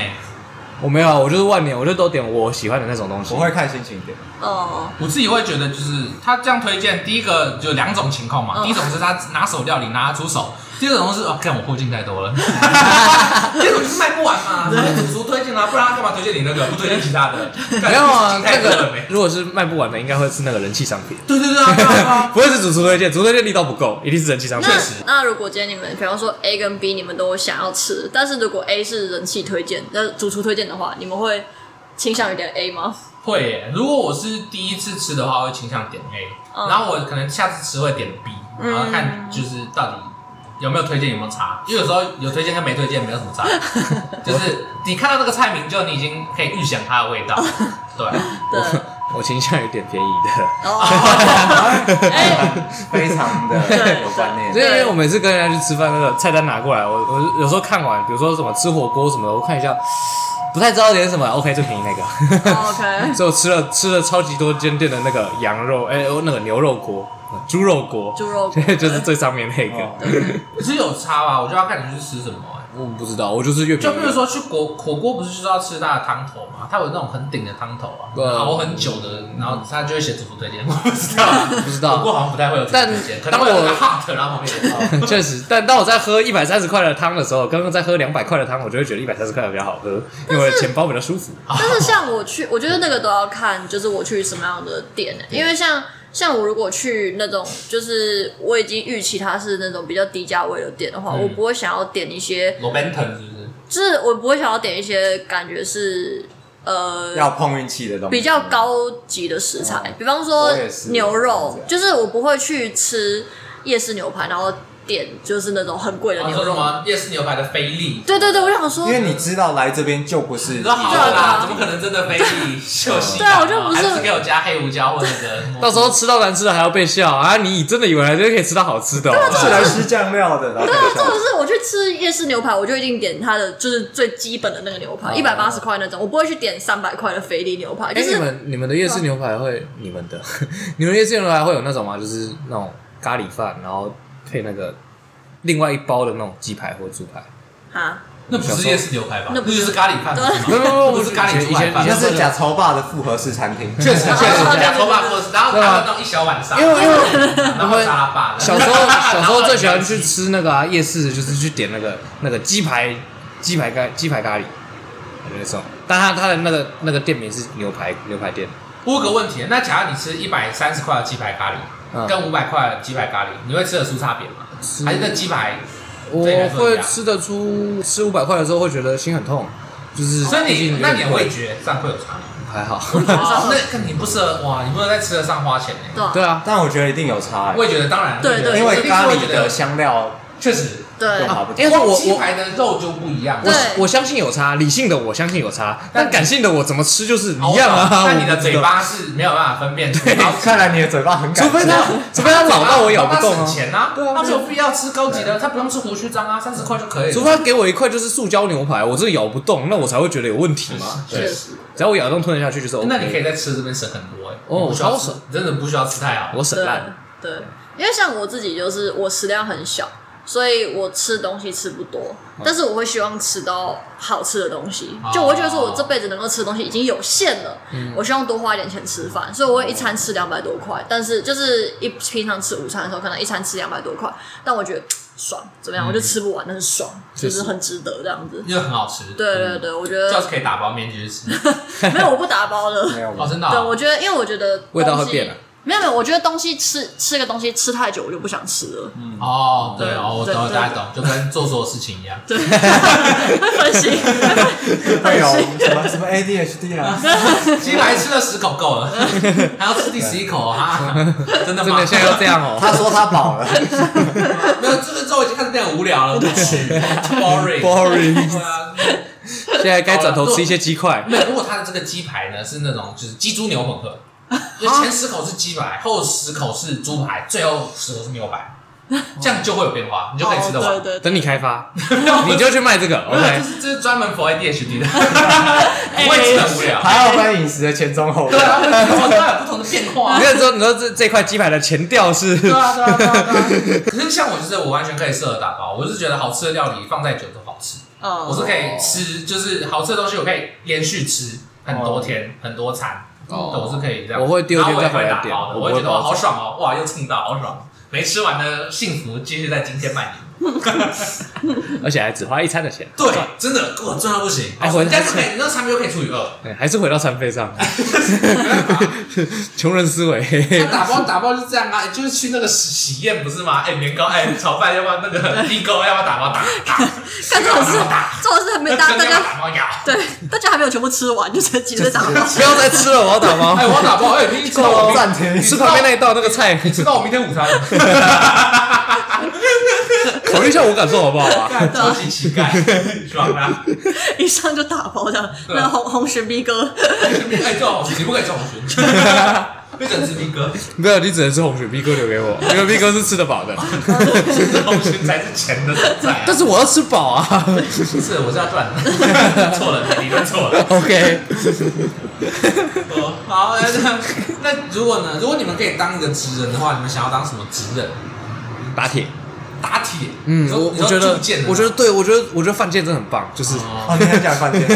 Speaker 3: 我没有啊，我就是万年，我就都点我喜欢的那种东西。
Speaker 2: 我会看心情点，
Speaker 4: 哦、
Speaker 1: 我自己会觉得，就是他这样推荐，第一个就两种情况嘛。
Speaker 4: 嗯
Speaker 1: 第一种是他拿手料理拿得出手，第二种是哦，看我后劲太 多了。第二种就是卖不完嘛，他主厨推荐啊，不然他干嘛推荐你那个？不推荐其他的？干
Speaker 3: 没有啊，
Speaker 1: 你太
Speaker 3: 那
Speaker 1: 多了
Speaker 3: 个
Speaker 1: 没？
Speaker 3: 如果是卖不完的，应该会是那个人气商品，。
Speaker 1: 对对对啊，对啊对啊
Speaker 3: 不会是主厨推荐，主厨推荐力道不够，一定是人气商品
Speaker 4: 那。那如果今天你们，比方说 A 跟 B，你们都想要吃，但是如果 A 是人气推荐，那主厨推荐的话，你们会倾向于点 A 吗？
Speaker 1: 会耶，如果我是第一次吃的话，会倾向点 A，、
Speaker 4: 嗯
Speaker 1: 然后我可能下次吃会点 B，然后看就是到底有没有推荐有没有差，因为有时候有推荐跟没推荐没有什么差，就是你看到这个菜名就你已经可以预想它的味道，对，
Speaker 4: 对，
Speaker 3: 我倾向于点便宜的。
Speaker 4: 哦，哎，
Speaker 2: 非常的
Speaker 4: 对
Speaker 2: 有观
Speaker 3: 因
Speaker 2: 念。
Speaker 3: 为我每次跟人家去吃饭，那个菜单拿过来，我我有时候看完，比如说什么吃火锅什么的，我看一下，不太知道点什么，OK 最便宜 那个，
Speaker 4: 哦 OK，
Speaker 3: 所以我吃了吃了超级多间店的那个羊肉，哎、哦那个牛肉锅、猪肉锅，
Speaker 4: 猪肉锅
Speaker 3: 就是最上面那个。
Speaker 1: 可是有差吧？我就要看你去吃什么耶、
Speaker 3: 哦我不知道，我就是越
Speaker 1: 就
Speaker 3: 便宜
Speaker 1: 比如说去火火锅，不是就是要吃它的汤头嘛？它有那种很顶的汤头啊，
Speaker 3: 嗯
Speaker 1: 熬很久的，然后它就会写主厨推荐，我 不知道，啊
Speaker 3: 不知
Speaker 1: 火锅好
Speaker 3: 道，
Speaker 1: 像不太会有主厨
Speaker 3: 但
Speaker 1: 推荐，可能
Speaker 3: 当
Speaker 1: 会有
Speaker 3: 我
Speaker 1: 那个 hot，然后旁边有
Speaker 3: 确实。但当我在喝一百三十块的汤的时候，刚刚在喝两百块的汤，我就会觉得一百三十块比较好喝，因为我的钱包比较舒服。
Speaker 4: 但是像我去，我觉得那个都要看，就是我去什么样的店、欸，因为像像我如果去那种，就是我已经预期它是那种比较低价位的店的话，
Speaker 1: 嗯
Speaker 4: 我不会想要点一些，
Speaker 1: 罗宾腾是不是？
Speaker 4: 就是我不会想要点一些感觉是呃
Speaker 2: 要碰运气的东西，
Speaker 4: 比较高级的食材，
Speaker 2: 嗯
Speaker 4: 比方说
Speaker 2: 我也是
Speaker 4: 牛肉
Speaker 2: 这，样
Speaker 4: 就是我不会去吃夜市牛排，然后点就是那种很贵的
Speaker 1: 哦你
Speaker 4: 牛
Speaker 1: 说什
Speaker 4: 肉。
Speaker 1: 么夜市牛排的菲力？
Speaker 4: 对对对，我想说，
Speaker 2: 因为你知道来这边就不是
Speaker 1: 你说好
Speaker 4: 对
Speaker 1: 了啦
Speaker 4: 啊，
Speaker 1: 怎么可能真的菲力秀喜
Speaker 4: 对啊我就不是
Speaker 1: 还是给我加黑胡椒或者那个
Speaker 3: 到时候吃到难吃的还要被笑啊！你真的以为来这边可以吃到好吃的、哦？
Speaker 4: 啊
Speaker 2: 是来吃酱料的，然后
Speaker 4: 对啊，重点是我去吃夜市牛排，我就一定点它的就是最基本的那个牛排，一百八十块那种，我不会去点三百块的菲力牛排，
Speaker 3: 哦哎、
Speaker 4: 就是
Speaker 3: 你们你们的夜市牛排会，你们的 你们夜市牛排会有那种吗？就是那种咖喱饭，然后配那个另外一包的那种鸡排或 猪排。
Speaker 4: 啊，
Speaker 1: 那不是夜市牛排吧？
Speaker 4: 那不
Speaker 1: 就是是咖喱饭，
Speaker 4: 对
Speaker 1: 不
Speaker 3: 不
Speaker 1: 不是咖喱
Speaker 3: 以
Speaker 1: 猪排
Speaker 3: 前
Speaker 1: 饭
Speaker 3: 以
Speaker 2: 那
Speaker 3: 前
Speaker 2: 是假潮爸的复合式餐厅，确
Speaker 1: 确实
Speaker 4: 啊
Speaker 1: 假头发或者然后他会弄一小碗沙拉，
Speaker 3: 因为因为
Speaker 1: 然后沙拉吧。
Speaker 3: 小时候小时候最喜欢去吃那个、啊、夜市，就是去点那个那个鸡排鸡排咖鸡排咖喱。那种，但他他的那个那个店名是牛排牛排店，
Speaker 1: 我有个问题，那假如你吃一百三十块的鸡排咖喱，
Speaker 3: 嗯
Speaker 1: 跟五百块的鸡排咖喱，你会吃得出差别吗？
Speaker 3: 吃
Speaker 1: 还是那鸡排？
Speaker 3: 我
Speaker 1: 对还是不一
Speaker 3: 会
Speaker 1: 样
Speaker 3: 吃得出吃五百块的时候会觉得心很痛，就是
Speaker 1: 所以
Speaker 3: 毕竟
Speaker 1: 你
Speaker 3: 有
Speaker 1: 那
Speaker 3: 点
Speaker 1: 你的
Speaker 3: 贵
Speaker 1: 味觉上会有差别。
Speaker 3: 还好，
Speaker 1: 哦那看你不适合哇，你不能在吃得上花钱
Speaker 4: 对
Speaker 1: 呢。
Speaker 4: 啊
Speaker 3: 对啊，
Speaker 2: 但我觉得一定有差欸，
Speaker 1: 味觉得当然，
Speaker 4: 对对
Speaker 1: 味觉
Speaker 2: 因
Speaker 1: 一
Speaker 2: 为
Speaker 1: 定是
Speaker 2: 咖
Speaker 1: 会
Speaker 2: 喱
Speaker 1: 觉
Speaker 2: 的
Speaker 1: 得
Speaker 2: 香料
Speaker 1: 确实，
Speaker 4: 对
Speaker 2: 用，法不同
Speaker 3: 因为我
Speaker 1: 鸡
Speaker 3: 我
Speaker 1: 排的肉就不一样。
Speaker 4: 对
Speaker 3: 我我相信有差，理性的我相信有差，但感性的我怎么吃就是
Speaker 1: 好
Speaker 3: 一样啊。
Speaker 1: 那
Speaker 3: 我
Speaker 1: 你的
Speaker 3: 不知
Speaker 1: 嘴
Speaker 3: 道，
Speaker 1: 巴是没有办法分辨出 来。
Speaker 2: 看来你的嘴巴很
Speaker 3: 除
Speaker 2: 敢
Speaker 3: 非
Speaker 2: 吃
Speaker 3: 他，除非他老到我咬不动
Speaker 1: 他
Speaker 3: 啊
Speaker 1: 省，钱啊，
Speaker 3: 对啊
Speaker 1: 他没有必要吃高级的，他不用吃胡须章啊，三十块就可以
Speaker 3: 除
Speaker 1: 了。
Speaker 3: 非他给我一块就是塑胶牛排，我真的咬不动，那我才会觉得有问题嘛。
Speaker 1: 对
Speaker 4: 确实，
Speaker 3: 只要我咬得动吞得下去就是 OK。
Speaker 1: 哦那你可以在吃这边省很多哎，
Speaker 3: 哦
Speaker 1: 你不需要
Speaker 3: 超
Speaker 1: 吃
Speaker 3: 省，
Speaker 1: 真的不需要吃太好。
Speaker 3: 我省
Speaker 4: 对
Speaker 3: 烂，
Speaker 4: 对，因为像我自己就是我食量很小，所以我吃东西吃不多，但是我会希望吃到好吃的东西
Speaker 1: 哦。
Speaker 4: 就我会觉得说，我这辈子能够吃的东西已经有限了，我希望多花一点钱吃饭，所以我会一餐吃两百多块。但是就是一平常吃午餐的时候，可能一餐吃两百多块，但我觉得爽，怎么样？我就吃不完，但是爽，
Speaker 3: 确
Speaker 4: 就
Speaker 3: 实
Speaker 4: 是很值得这样子。
Speaker 1: 因为很好吃。
Speaker 4: 对对对，我觉
Speaker 1: 这
Speaker 4: 得
Speaker 1: 要是可以打包面去 吃。
Speaker 4: 没有，我不打包了。
Speaker 2: 没有
Speaker 1: 哦，
Speaker 2: 吧？
Speaker 1: 真的啊、
Speaker 4: 对，我觉得，因为我觉得东西
Speaker 3: 味道会变啊。
Speaker 4: 没有没有，我觉得东西吃吃个东西吃太久，我就不想吃了。
Speaker 1: 哦，对哦，我懂，
Speaker 4: 对
Speaker 1: 我
Speaker 4: 对
Speaker 1: 大概懂，就跟做所有事情一样。
Speaker 4: 对， 会分心，会
Speaker 2: 会
Speaker 4: 分
Speaker 2: 有
Speaker 4: 心。
Speaker 2: 什么什么 ADHD 啊？
Speaker 1: 今来吃了十口够 了，还要吃第十一口啊？真的
Speaker 3: 真
Speaker 1: 吗？
Speaker 3: 的现在都这样哦、
Speaker 2: 他说他饱了
Speaker 1: 没有，这个之后已经开始变得无聊了，不吃 boring。
Speaker 3: ，boring，
Speaker 1: 对啊，
Speaker 3: 现在该转头吃一些鸡块。
Speaker 1: 没有。如果他的这个鸡排呢是那种就是鸡猪牛混 合，就前十口是鸡排，后十口是猪排，最后十口是牛排， 这样就会有变化，你就可以吃得
Speaker 4: 哦
Speaker 1: 完。
Speaker 4: 对对，
Speaker 3: 等你开 发，你就去卖这个
Speaker 1: 没有，这
Speaker 3: ，OK？
Speaker 1: 是这是专门 for ADHD 的，
Speaker 4: 哎
Speaker 1: 不会吃得很无聊。
Speaker 2: 还要分饮食的前中后
Speaker 1: 啊对。啊，我当然有不同的变化 啊
Speaker 3: 你。那时候你说这这块鸡排的前调是
Speaker 1: 对啊，对啊，对啊， 对啊。可是像我就是我完全可以适合打包，我是觉得好吃的料理放再久都好吃，我
Speaker 4: 嗯，
Speaker 1: 是可以吃，就是好吃的东西我可以连续吃很多天、很多餐，对我是可以这样。
Speaker 3: 我会丢
Speaker 1: 然后我也
Speaker 3: 丢在
Speaker 1: 会
Speaker 3: 回来
Speaker 1: 打
Speaker 3: 点
Speaker 1: 包的，
Speaker 3: 我
Speaker 1: 我会
Speaker 3: 不
Speaker 1: 觉
Speaker 3: 会
Speaker 1: 得哇
Speaker 3: 包
Speaker 1: 好爽哦，哇又蹭到好爽，没吃完的幸福继续在今天蔓延。
Speaker 3: 而且还只花一餐的钱，
Speaker 1: 对，真的给我赚到不行，
Speaker 3: 哎我
Speaker 1: 但是可以，那餐费又可以除以 二，
Speaker 3: 对，还是回到餐费上，
Speaker 1: 没办法。
Speaker 3: 穷人思维。
Speaker 1: 那打包打包就这样啊，就是去那个喜宴不是吗？哎，年糕，哎，炒饭，要不要那个 地沟，要不要打包打打？
Speaker 4: 但这种事
Speaker 1: 打包打，
Speaker 4: 这种事还没有大
Speaker 1: 大
Speaker 4: 家大
Speaker 1: 家
Speaker 4: 家
Speaker 1: 打包 咬。
Speaker 4: 对大家还没有全部吃完，就直接急着打包。
Speaker 3: 不要再吃了，我要打
Speaker 1: 哎，
Speaker 3: 包。
Speaker 1: 我打包，哎，你知道我明
Speaker 2: 暂停，
Speaker 3: 吃旁边那一道那个菜，
Speaker 1: 知道我明天午餐，
Speaker 3: 考虑一下我感受好不好啊？
Speaker 1: 干超级乞丐， 啊爽啦！
Speaker 4: 一上就打包这样，
Speaker 1: 对啊
Speaker 4: 那红红雪逼哥，
Speaker 1: 你可以叫我，你不可以叫我 学，被整只逼哥，
Speaker 3: 没有，你只能吃红雪碧哥留给我，因为碧哥是吃得饱的，
Speaker 1: 这红学才是钱的所在啊。
Speaker 3: 但是我要吃饱啊。
Speaker 1: 不是，我是要赚的， 错了，理论错了。
Speaker 3: OK，
Speaker 1: 哦，好，那那如果呢？如果你们可以当一个职人的话，你们想要当什么职人？
Speaker 3: 打铁。
Speaker 1: 打铁，
Speaker 3: 嗯
Speaker 1: 你，说
Speaker 3: 我
Speaker 1: 你
Speaker 3: 我
Speaker 1: 说
Speaker 3: 觉得
Speaker 1: 铸剑的，
Speaker 3: 我觉得对，我觉得我觉得犯贱真的很棒，就是
Speaker 1: 哦
Speaker 2: 哦，你很想饭 店，没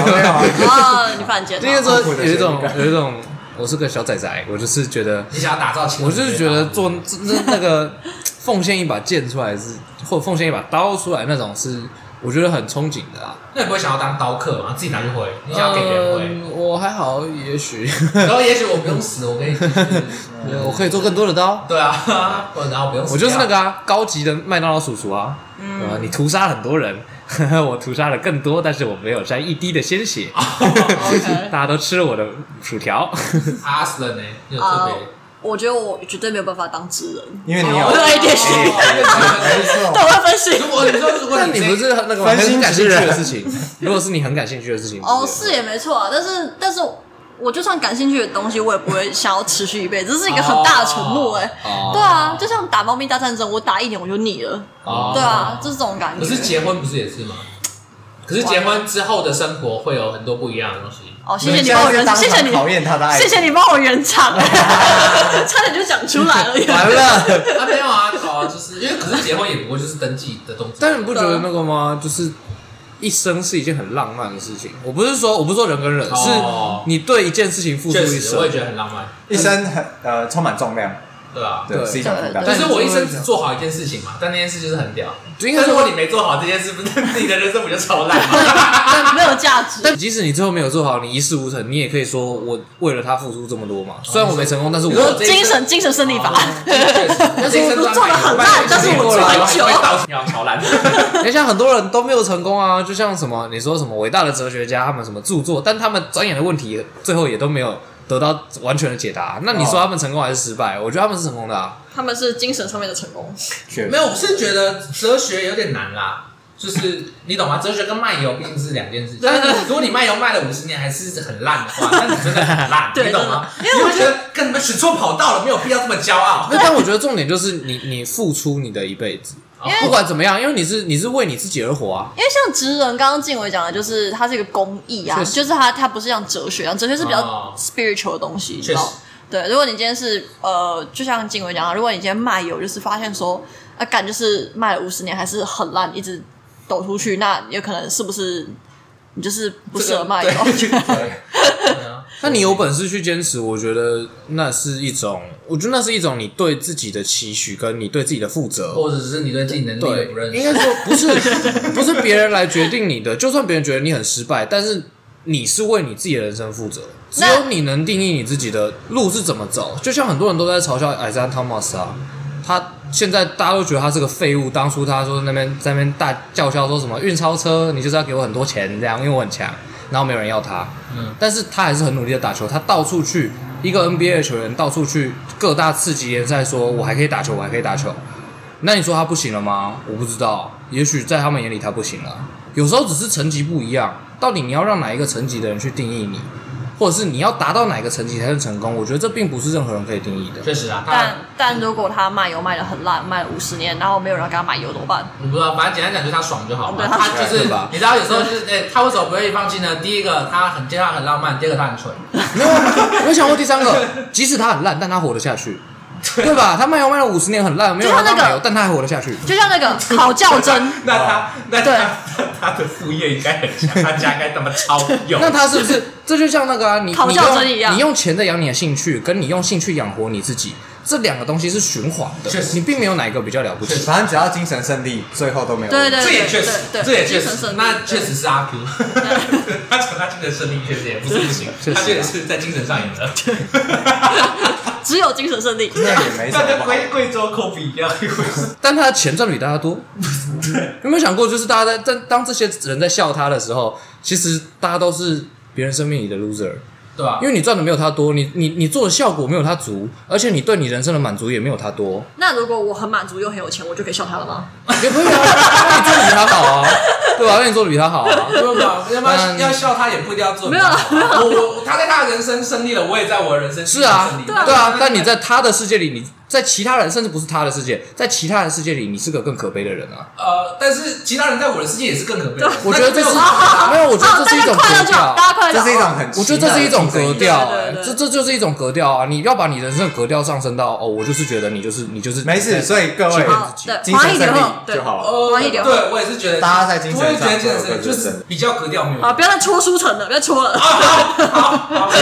Speaker 2: 有啊？
Speaker 4: 啊，你犯贱
Speaker 3: 那个
Speaker 4: 了。
Speaker 3: 时候有一种有一种，我是个小仔仔，我就是觉得，
Speaker 1: 你想要打造情，
Speaker 3: 我就是觉得嗯做那那个奉献一把剑出来是，或奉献一把刀出来那种是，我觉得很憧憬的啦。啊
Speaker 1: 那你不会想要当刀客吗？自己拿去挥，你想要给别人挥，
Speaker 3: 嗯我还好，也许
Speaker 1: 然后也许我不用死，我可以，
Speaker 3: 我可以做更多的刀。
Speaker 1: 对啊， 或者然后不用死，
Speaker 3: 我就是那个啊，高级的麦当劳叔叔啊，呃，你屠杀了很多人， 我屠杀了更多，但是我没有沾一滴的鲜血，大
Speaker 4: OK，
Speaker 3: 家都吃了我的薯条。
Speaker 1: 阿斯人呢，你有特
Speaker 3: 啊
Speaker 1: 别。
Speaker 4: 我觉得我绝对没有办法当职人，
Speaker 2: 因为你
Speaker 4: 哦我
Speaker 2: 有
Speaker 4: 有 ADHD，
Speaker 2: 没
Speaker 4: 但
Speaker 2: 错，
Speaker 4: 我会分心
Speaker 1: 如。果你说如果
Speaker 3: 但你不
Speaker 1: 这
Speaker 3: 是那个
Speaker 2: 分心
Speaker 3: 很感兴趣
Speaker 2: 之
Speaker 3: 的
Speaker 2: 人
Speaker 3: 事情， 如果是你很感兴趣的事情，
Speaker 4: 哦，
Speaker 3: 不
Speaker 4: 是也没错啊，但是但是我就算感兴趣的东西，我也不会想要持续一辈子，这是一个很大的承诺哎、
Speaker 3: 哦
Speaker 4: 对啊，就像打猫咪大战争，我打一年我就腻了。
Speaker 1: 哦
Speaker 4: 对啊，就是这种感觉。
Speaker 1: 可是结婚不是也是吗？可是结婚之后的生活会有很多不一样的东西。
Speaker 4: 哦，谢谢你帮我圆，
Speaker 2: 当
Speaker 4: 谢谢
Speaker 2: 场
Speaker 4: 你，
Speaker 2: 讨厌他的爱
Speaker 4: 谢
Speaker 2: 情，
Speaker 4: 谢你帮我圆场，差点就讲出来 了。
Speaker 3: 完了。
Speaker 1: 啊，没有啊，哦，就是因为可是结婚也不过就是登记的动作。
Speaker 3: 但你不觉得那个吗？就是一生是一件很浪漫的事情。我不是说我不是说人跟人，
Speaker 1: 哦
Speaker 3: 是你对一件事情付出
Speaker 1: 确
Speaker 3: 一
Speaker 1: 实，我也觉
Speaker 3: 生。
Speaker 1: 得很浪漫，
Speaker 2: 一生很呃充满重量，
Speaker 1: 对吧？
Speaker 2: 对，
Speaker 3: 对
Speaker 2: 是一种负担
Speaker 1: 但
Speaker 4: 对。
Speaker 1: 是我一生只做好一件事情嘛，但那件事就是很屌。
Speaker 3: 就应该
Speaker 1: 但如
Speaker 3: 说
Speaker 1: 果你没做好这件事，不是自己的人生不就超烂吗？
Speaker 4: 但没有价值。
Speaker 3: 但即使你最后没有做好，你一事无成，你也可以说我为了他付出这么多嘛。虽然我没成功，但是
Speaker 1: 你说
Speaker 3: 我
Speaker 1: 这哦
Speaker 4: 精神精神胜利法，
Speaker 1: 但
Speaker 4: 是我做得很烂但是我做很久
Speaker 1: 到你要超烂。
Speaker 3: 你哎像很多人都没有成功啊，就像什么你说什么伟大的哲学家，他们什么著作，但他们钻研的问题最后也都没有得到完全的解答。那你
Speaker 1: 哦
Speaker 3: 说他们成功还是失败？我觉得他们是成功的啊。
Speaker 4: 他们是精神上面的成功。
Speaker 2: 确实
Speaker 1: 没有，我是觉得哲学有点难啦。就是你懂吗？哲学跟漫游毕竟是两件事情。但是如果你漫游卖了五十年还是很烂的话，那你真的很烂，
Speaker 4: 对
Speaker 1: 你懂吗？
Speaker 4: 真的因为我
Speaker 1: 你会觉得跟你们选错跑道了，没有必要这么骄傲。
Speaker 3: 那但我觉得重点就是你你付出你的一辈子，
Speaker 1: 因为
Speaker 3: 不管怎么样，因为你是你是为你自己而活啊。
Speaker 4: 因为像职人，刚刚静伟讲的，就是它是一个公益啊，
Speaker 3: 确实
Speaker 4: 就是它它不是像哲学一样，哲学是比
Speaker 1: 哦
Speaker 4: 较 spiritual 的东西，你知
Speaker 1: 确
Speaker 4: 道
Speaker 1: 实？
Speaker 4: 对，如果你今天是呃，就像静伟讲的，如果你今天卖油，就是发现说，哎、那干就是卖了五十年还是很烂，一直抖出去，那有可能是不是你就是不适合卖油？
Speaker 1: 对啊，
Speaker 3: 那你有本事去坚持，我觉得那是一种，我觉得那是一种你对自己的期许，跟你对自己的负责。
Speaker 1: 或者只是你对自己能力的
Speaker 3: 对
Speaker 1: 不认，
Speaker 3: 应
Speaker 1: 识，
Speaker 3: 该说不是不是别人来决定你的，就算别人觉得你很失败，但是你是为你自己的人生负责。只
Speaker 4: 那
Speaker 3: 有你能定义你自己的路是怎么走。就像很多人都在嘲笑艾莎·汤马斯啊，他现在大家都觉得他是个废物。当初他说那边在那边大叫嚣说什么运钞车，你就是要给我很多钱这样，因为我很强，然后没有人要他。
Speaker 1: 嗯，
Speaker 3: 但是他还是很努力的打球，他到处去一个 NBA 的球员，到处去各大次级联赛，说我还可以打球，我还可以打球。那你说他不行了吗？我不知道，也许在他们眼里他不行了。有时候只是层级不一样，到底你要让哪一个层级的人去定义你，或者是你要达到哪个层级才是成功？我觉得这并不是任何人可以定义的。
Speaker 1: 确实啊，他
Speaker 4: 但但如果他卖油卖的很烂，卖了五十年，然后没有人给他买油怎么办？
Speaker 1: 我不知道，反正简单讲就是他爽就好了。
Speaker 4: 对
Speaker 1: 他就是
Speaker 3: 对吧
Speaker 1: 你知道有时候就是，哎、他为什么不愿意放弃呢？第一个他很接他很浪漫，第二个他很蠢。
Speaker 3: 没有，啊我想过第三个，即使他很烂，但他活得下去，对吧？他卖油卖了五十年很烂，没有人
Speaker 4: 就像
Speaker 3: 要
Speaker 4: 那个
Speaker 3: 买油，但他还活得下去。
Speaker 4: 就像那个好 较真，
Speaker 1: 那
Speaker 3: 哦
Speaker 1: 他那
Speaker 4: 对
Speaker 1: 他 他的副业应该很强，他家应该他妈超有。
Speaker 3: 那他是不 是这就像那个啊？你
Speaker 4: 讨
Speaker 3: 你
Speaker 4: 教真一样
Speaker 3: 用你用钱在养你的兴趣，跟你用兴趣养活你自己，这两个东西是循环的
Speaker 1: 确。实
Speaker 3: 你并没有哪一个比较了不起。
Speaker 2: 反正只要精神胜利，最后都没有问
Speaker 4: 对
Speaker 2: 题。
Speaker 4: 对
Speaker 1: 这也确实，
Speaker 4: 对对
Speaker 1: 这也确
Speaker 4: 精神
Speaker 1: 实
Speaker 4: 胜，利
Speaker 1: 那
Speaker 4: 对
Speaker 1: 确实是阿 Q。他 讲他精神胜利确实也不是不行，
Speaker 3: 确实
Speaker 1: 他
Speaker 3: 啊
Speaker 1: 确实是在精神上赢 了，
Speaker 4: 只有精神胜利。
Speaker 2: 那也没什
Speaker 1: 那
Speaker 2: 么
Speaker 1: 跟
Speaker 2: 不好。
Speaker 1: 贵贵州科比一样。
Speaker 3: 但他的钱赚的比大家 多。有没有想过，就是大家在在当这些人在笑他的时候，其实大家都是别人生命里的 loser，
Speaker 1: 对吧
Speaker 3: 因？为你赚的没有他多，你你你做的效果没有他足，而且你对你人生的满足也没有他多。
Speaker 4: 那如果我很满足又很有钱，我就可以笑他了吗？
Speaker 3: 也不会啊， 那你做的比他好啊，对吧、那你做的比他好啊。
Speaker 1: 不不，要不要
Speaker 3: 嗯
Speaker 1: 要笑他也不一定要做得
Speaker 4: 没有啊啦
Speaker 1: 很好。我我我他在他的人生胜利了，我也在我的人生
Speaker 3: 是啊
Speaker 1: 胜，利
Speaker 3: 对
Speaker 1: 了。
Speaker 3: 啊，但你在他的世界里，你在其他人甚至不是他的世界，在其他人世界里，你是个更可悲的人啊！
Speaker 1: 呃，但是其他人在我的世界也是更可悲的。
Speaker 3: 我觉得这是
Speaker 1: 那就没有
Speaker 3: 没有，我觉
Speaker 4: 啊，
Speaker 3: 得这
Speaker 4: 大
Speaker 3: 是一
Speaker 4: 家
Speaker 3: 种
Speaker 4: 快乐
Speaker 3: 格
Speaker 4: 就
Speaker 3: 调，
Speaker 4: 好，大家快乐就
Speaker 2: 这
Speaker 4: 好。
Speaker 2: 是一种很，
Speaker 3: 我觉得这是一种格调，
Speaker 4: 对对
Speaker 3: 哎
Speaker 4: 对
Speaker 3: 这这就是一种格调啊！你要把你人生的格调上升到哦，我就是觉得你就是你就是
Speaker 2: 没事，所以各位
Speaker 4: 好对哦
Speaker 2: 精神胜利
Speaker 4: 黄奕流
Speaker 2: 就好了。
Speaker 1: 呃，
Speaker 4: 晚一点吧
Speaker 1: 对我也是觉得，
Speaker 2: 大家在精神上
Speaker 1: 我也觉得精神胜利就
Speaker 2: 都有各自
Speaker 1: 是
Speaker 2: 的
Speaker 1: 比较格调没有。
Speaker 4: 啊，不要再戳书城了，不要戳了。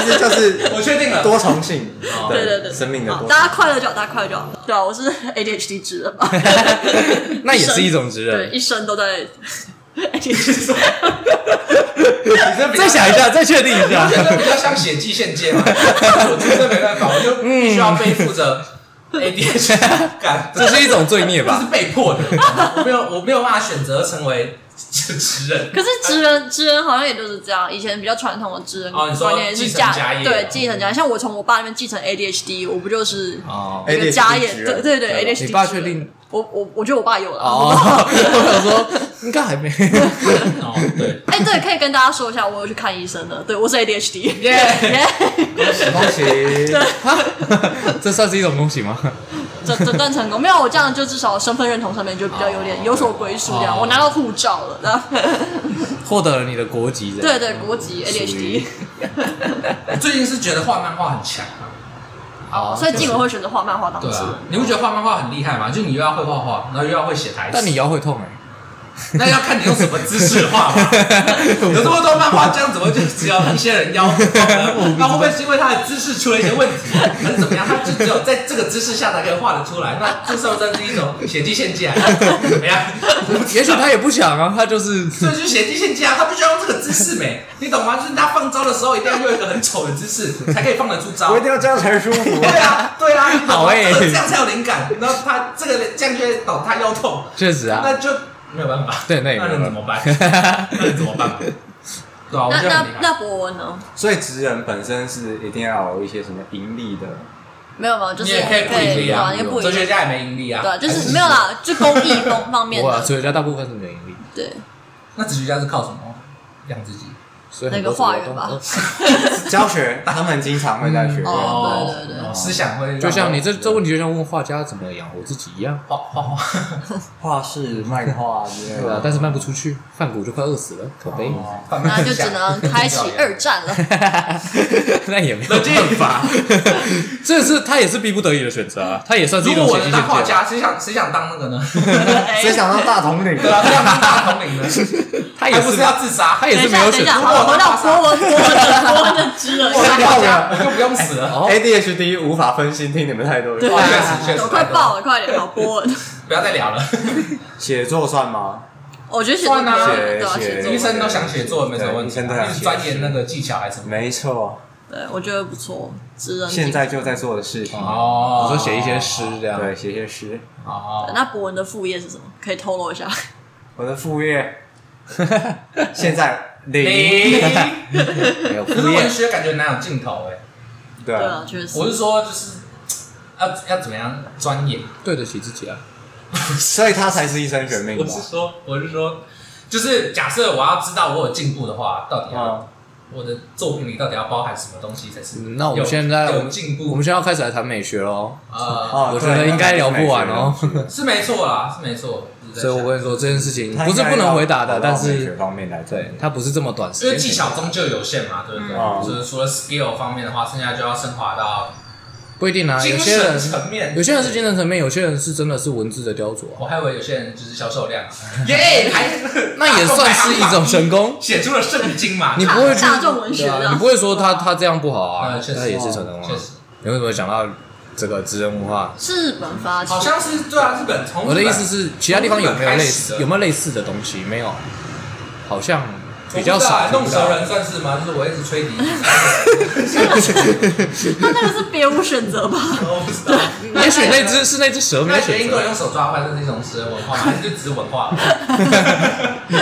Speaker 2: 其实 就是
Speaker 1: 我确定了，
Speaker 2: 多重性，
Speaker 4: 哦对对对，
Speaker 2: 生命的
Speaker 4: 好
Speaker 2: 多重性。
Speaker 4: 大家快乐就好，大家快乐就好。对啊，我是 ADHD 之人吧，
Speaker 3: 那也是一种职
Speaker 4: 对，
Speaker 3: 人。
Speaker 4: 一生都在 ADHD。
Speaker 3: 再想一下，再确定一下
Speaker 1: 我。觉得比较像血迹线接 嘛。我真的没办法，我就
Speaker 2: 嗯
Speaker 1: 必须要背负 着 ADHD 感，
Speaker 3: 这是一种罪
Speaker 1: 这是
Speaker 3: 孽 吧？
Speaker 1: 被迫的，我没有我没有办法选择成为职人。
Speaker 4: 可是职人职人好像也就是这样，以前比较传统的职人
Speaker 1: 哦你说
Speaker 4: 观念是
Speaker 1: 继承家业
Speaker 4: 对继承家业，像我从我爸那边继承 ADHD，我不就是
Speaker 3: 哦
Speaker 4: 一个
Speaker 2: ADHD
Speaker 4: 家业？
Speaker 2: 职人
Speaker 4: 对对对，ADHD 职人。
Speaker 3: 你爸确定
Speaker 4: 我我我觉得我爸有了。
Speaker 3: 哦，我想说应该还 没。
Speaker 1: 哦，对，
Speaker 4: 哎，对，可以跟大家说一下，我有去看医生的。对，我是 ADHD。耶
Speaker 2: 恭喜，
Speaker 3: 这算是一种恭喜吗？
Speaker 4: 这这段成功没有我这样，就至少身份认同上面就比较有点有所归属这样。
Speaker 3: 哦
Speaker 4: 我拿到护照了，然后
Speaker 3: 获得了你的国籍这样，
Speaker 4: 对对，国籍
Speaker 1: 哦
Speaker 3: 属于
Speaker 4: ADHD，
Speaker 1: 我最近是觉得画漫画很强啊。
Speaker 3: 好，
Speaker 2: 哦
Speaker 4: 所以静文会选择画漫画当
Speaker 1: 对
Speaker 4: 职人
Speaker 1: 啊，你不觉得画漫画很厉害吗？就你又要会画画，然后又要会写台词，
Speaker 3: 但你腰会痛哎、
Speaker 1: 那要看你用什么姿势画 嘛。有这么多漫画，这样怎么就只有一些人 腰痛呢？那会不会是因为他的姿势出了一些问题，还是怎么样？他就只有在这个姿势下才可以画得出来。那这是不是是一种血迹献祭啊？怎么样？
Speaker 3: 也许他也不想啊，他就是
Speaker 1: 这就是血迹献祭啊！他必须要用这个姿势美，你懂吗？就是他放招的时候一定要用一个很丑的姿势，才可以放得出招
Speaker 2: 我一。定要这样才舒服
Speaker 1: 对。啊，对啊，你懂吗
Speaker 3: 好欸
Speaker 1: 这个这样才有灵感。然后他这个这样就会懂他腰痛，
Speaker 3: 确实啊，
Speaker 1: 那就没有办法。
Speaker 3: 对那也
Speaker 1: 那
Speaker 3: 没有
Speaker 1: 能怎
Speaker 3: 办
Speaker 1: 么
Speaker 3: 法。
Speaker 1: 办？那能怎么办？对啊，我
Speaker 4: 那
Speaker 1: 觉得
Speaker 4: 那
Speaker 1: 很厉害。
Speaker 4: 那博文呢？
Speaker 2: 所以职人本身是一定要有一些什么盈利的，
Speaker 4: 没有没有，就
Speaker 1: 你
Speaker 4: 是
Speaker 1: 也可以不盈利啊
Speaker 4: 对，也不
Speaker 1: 哲
Speaker 4: 盈
Speaker 1: 学
Speaker 4: 利，
Speaker 1: 家也没盈利啊。
Speaker 4: 对，就是没有啦，就公益方方面
Speaker 3: 我啊，
Speaker 4: 的，
Speaker 3: 哲学家大部分是没盈利，
Speaker 4: 对，
Speaker 1: 那哲学家是靠什么养自己？
Speaker 3: 所以很
Speaker 4: 那个
Speaker 3: 多
Speaker 4: 化
Speaker 3: 哲学
Speaker 4: 缘
Speaker 3: 家都
Speaker 4: 吧
Speaker 2: 教学他们经常会在学
Speaker 4: 嗯
Speaker 2: 院。
Speaker 4: 哦对对对
Speaker 1: 思想会让
Speaker 3: 就像你这这问题，就像问画家怎么养活自己一样，
Speaker 1: 画画画，
Speaker 2: 画室、漫画之类
Speaker 3: 对吧、啊
Speaker 2: 的。
Speaker 3: 但是卖不出去，饭谷就快饿死了，可悲。
Speaker 2: 啊哦
Speaker 4: 那就 只能开启二战了。
Speaker 3: 那也没有办法， 这是他也是逼不得已的选择啊，他也算是一
Speaker 1: 如果
Speaker 3: 种
Speaker 1: 我
Speaker 3: 情绪
Speaker 1: 能
Speaker 3: 宣
Speaker 1: 当画
Speaker 3: 泄。
Speaker 1: 家，谁想谁想当那 个呢？
Speaker 2: 谁想当大统领
Speaker 1: 对啊，谁想当大统领呢？
Speaker 3: 他 也
Speaker 1: 哎还不
Speaker 3: 是
Speaker 1: 是
Speaker 3: 哎
Speaker 1: 啊要自杀？
Speaker 3: 他也
Speaker 4: 等
Speaker 3: 是
Speaker 4: 一
Speaker 3: 没
Speaker 4: 下，
Speaker 3: 有
Speaker 4: 等
Speaker 3: 选
Speaker 4: 一下，
Speaker 3: 择。
Speaker 4: 好，回到国文国文的国文的知了，
Speaker 1: 我
Speaker 4: 下
Speaker 1: 当画家，
Speaker 2: 了
Speaker 1: 我就不用死了。
Speaker 3: 啊哦
Speaker 2: ADHD 无法分心，听你们太多。
Speaker 1: 哇确实确实
Speaker 4: 啊我快爆了，快点，好波文。
Speaker 1: 不要再聊了，
Speaker 2: 写作算吗？
Speaker 4: 我觉得写作
Speaker 1: 算啊
Speaker 4: 对啊，
Speaker 2: 写
Speaker 4: 写作
Speaker 2: 写
Speaker 1: 医生都想写作文没什么问题，
Speaker 2: 对医生都
Speaker 1: 因
Speaker 2: 想
Speaker 1: 为
Speaker 2: 写
Speaker 1: 钻研那个技巧还是什么？
Speaker 2: 没错，
Speaker 4: 对，我觉得不错，知人
Speaker 2: 现在就在做的事情。
Speaker 1: 哦，
Speaker 3: 我说写一些诗这样，
Speaker 2: 对，写些诗。
Speaker 1: 哦，
Speaker 4: 那博文的副业是什么？可以透露 一下？
Speaker 2: 我的副 业现在零。
Speaker 1: 你
Speaker 3: 没有
Speaker 1: 可
Speaker 3: 副
Speaker 1: 是
Speaker 3: 业
Speaker 1: 文。学感觉蛮有劲头哎。
Speaker 2: 对
Speaker 4: 对啊，确实
Speaker 1: 我。是说，就是要要怎么样钻研？
Speaker 3: 对得起自己啊！
Speaker 2: 所以他才是医生选命
Speaker 1: 我
Speaker 2: 吧？
Speaker 1: 是说，我是说，就是假设我要知道我有进步的话，到底要、
Speaker 2: 嗯，
Speaker 1: 我的作品里到底要包含什么东西才是有？
Speaker 3: 嗯那我们现在
Speaker 1: 有进
Speaker 3: 我
Speaker 1: 步
Speaker 3: 们，现在要开始来谈美学喽，
Speaker 1: 呃，
Speaker 2: 哦
Speaker 3: 我觉得应该聊不完哦。。
Speaker 1: 是没错啦，是没错。只是在
Speaker 3: 所以
Speaker 1: 想
Speaker 3: 我跟你说这件事情
Speaker 2: 对
Speaker 3: 不是不能回答
Speaker 2: 他
Speaker 3: 的，
Speaker 2: 应该要
Speaker 3: 但
Speaker 2: 往美学
Speaker 3: 是
Speaker 2: 方面来做
Speaker 3: 对它不是这么短时
Speaker 1: 因
Speaker 3: 间。
Speaker 1: 为技巧终究有限嘛，对不对？
Speaker 2: 嗯
Speaker 1: 就是除了 skill 方面的话，剩下就要升华到
Speaker 3: 不一定啊，有
Speaker 1: 精
Speaker 3: 些
Speaker 1: 神
Speaker 3: 人
Speaker 1: 层面。
Speaker 3: 有些人是精神层面，有些人是真的是文字的雕琢啊，
Speaker 1: 我还以为有些人就是销售 量，啊耶，还
Speaker 3: 那也算是一种成功。
Speaker 1: 写出了圣经嘛。
Speaker 3: 你
Speaker 4: 大
Speaker 3: 不会去
Speaker 4: 大众文学
Speaker 3: 对
Speaker 4: 的
Speaker 3: 啊，你不会说他他这样不好啊，
Speaker 1: 嗯确实
Speaker 3: 他也是成功啊
Speaker 1: 确实。
Speaker 3: 你为什么讲到这个职人文化？
Speaker 4: 是日本发起
Speaker 1: 好，像是对啊，日本从
Speaker 3: 我的意思
Speaker 1: 是
Speaker 3: 是，其他地方有没有
Speaker 1: 从日本
Speaker 3: 类
Speaker 1: 开始
Speaker 3: 似
Speaker 1: 的
Speaker 3: 有没有类似的东西？没有，好像比较
Speaker 1: 啊
Speaker 3: 少。
Speaker 1: 弄
Speaker 3: 熟
Speaker 1: 熟人算是吗？就是我一直 吹笛，
Speaker 4: 那那个是别无选择吧？
Speaker 1: 我不知道。
Speaker 3: 也许那只是那只蛇没
Speaker 1: 那
Speaker 3: 有
Speaker 1: 学
Speaker 3: 选
Speaker 1: 英国
Speaker 3: 择，
Speaker 1: 人用手抓饭是一种食人文化吗？还是就只是文 化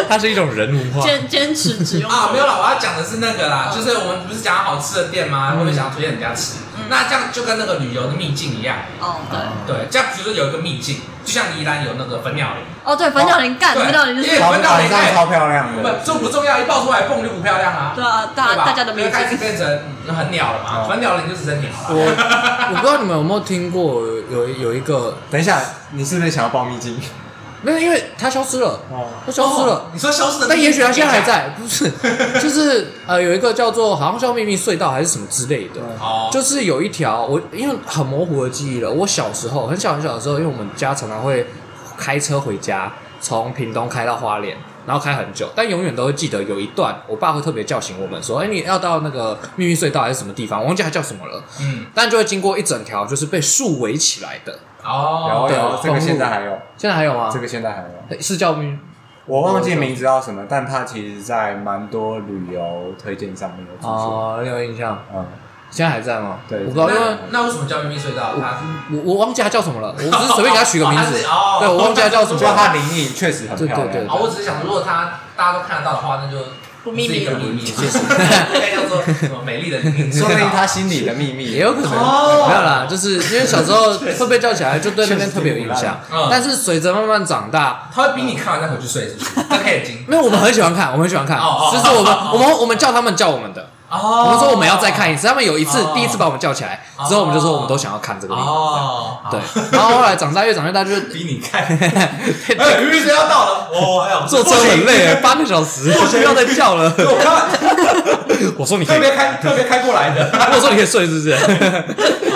Speaker 3: 它是一种人文化。
Speaker 4: 坚坚持只用
Speaker 1: 啊？没有啦，我要讲的是那个
Speaker 3: 嗯
Speaker 1: 啦，就是我们不是讲好吃的店吗？我们想要推荐人家吃，
Speaker 3: 嗯
Speaker 1: 那这样就跟那个旅游的秘境一样。
Speaker 4: 哦，对，
Speaker 1: 对，这样比如说有一个秘境，就像宜兰有那个粉鸟林，
Speaker 4: 哦对，反角林干，
Speaker 1: 对
Speaker 4: 反角林就是
Speaker 1: 因为
Speaker 2: 晚上超漂亮的，
Speaker 1: 不重不重要，一爆出来蹦就不漂亮啊。
Speaker 4: 对啊，大
Speaker 1: 对吧
Speaker 4: 大家的
Speaker 1: 就
Speaker 4: 名
Speaker 1: 开始
Speaker 4: 字
Speaker 1: 变成很鸟了嘛，
Speaker 2: 哦
Speaker 1: 粉鸟林就只剩鸟
Speaker 3: 我
Speaker 1: 了。
Speaker 3: 我不知道你们有没有听过，有有一个，
Speaker 2: 等一下，你是不是想要报秘境？
Speaker 3: 没有，因为它消失了，
Speaker 2: 哦，
Speaker 3: 它消失
Speaker 1: 哦
Speaker 3: 了。
Speaker 1: 你说消失的秘境，
Speaker 3: 但也许它现在还在，不是，就是呃，有一个叫做好像叫秘密隧道还是什么之类的，
Speaker 1: 哦，
Speaker 3: 就是有一条，我因为很模糊的记忆了。我小时候很小很小的时候，因为我们家常常会开车回家，从屏东开到花莲，然后开很久，但永远都会记得有一段，我爸会特别叫醒我们说：“哎、你要到那个秘密隧道还是什么地方？我忘记它叫什么了。
Speaker 1: 嗯”，
Speaker 3: 但就会经过一整条就是被树围起来的。
Speaker 1: 哦，
Speaker 2: 有
Speaker 3: 对哦
Speaker 2: 有，这个现在还有，
Speaker 3: 现在还有吗？
Speaker 2: 这个现在还有。
Speaker 3: 个是叫秘密
Speaker 2: 我忘记名字叫什么，但它其实在蛮多旅游推荐上面有出现。
Speaker 3: 哦，你有印象？
Speaker 2: 嗯，
Speaker 3: 现在还在吗？
Speaker 2: 对
Speaker 3: 我不知道，因为
Speaker 1: 那那为什么叫秘密隧道？它
Speaker 3: 我我忘记它叫什么了，我只是随便给它取个名字。
Speaker 1: 哦它是哦
Speaker 3: 对，我忘记它叫什 么
Speaker 2: 就
Speaker 3: 了。
Speaker 2: 它灵异确实很漂亮。
Speaker 3: 对对对
Speaker 1: 哦，我只是想，如果它大家都看得到的话，那就
Speaker 4: 不秘密
Speaker 1: 是一个
Speaker 4: 了
Speaker 1: 秘 密，应该叫做什么美丽的秘密
Speaker 2: 说不定 他心里的秘密
Speaker 3: 也有可能，
Speaker 1: 哦
Speaker 3: 没有啦，就是因为小 时候会被叫起来，就对那边特别有印象
Speaker 1: 确实挺无赖的嗯。
Speaker 3: 但是随着慢慢长大，
Speaker 1: 他会逼你看完再回去睡，是不 是？睁开眼睛。
Speaker 3: 没有，我们很喜欢看，我们很喜欢看
Speaker 1: 哦哦，
Speaker 3: 就是我们
Speaker 1: 哦哦
Speaker 3: 我们我们叫他们叫我们的，
Speaker 1: 哦
Speaker 3: 我们说我们要再看一次。他们有一次
Speaker 1: 哦
Speaker 3: 第一次把我们叫起来
Speaker 1: 哦
Speaker 3: 之后，我们就说我们都想要看这个电影。
Speaker 1: 哦，好
Speaker 3: 对，然后后来长大越长越大，就是
Speaker 1: 逼你看。 哎，秘密隧道到了，哦，还有
Speaker 3: 坐车很累，八个小时，不要再叫了。
Speaker 1: 我看
Speaker 3: 我说你可
Speaker 1: 特
Speaker 3: 以，
Speaker 1: 别开特别开过来的，
Speaker 3: 我说你可以睡是不是？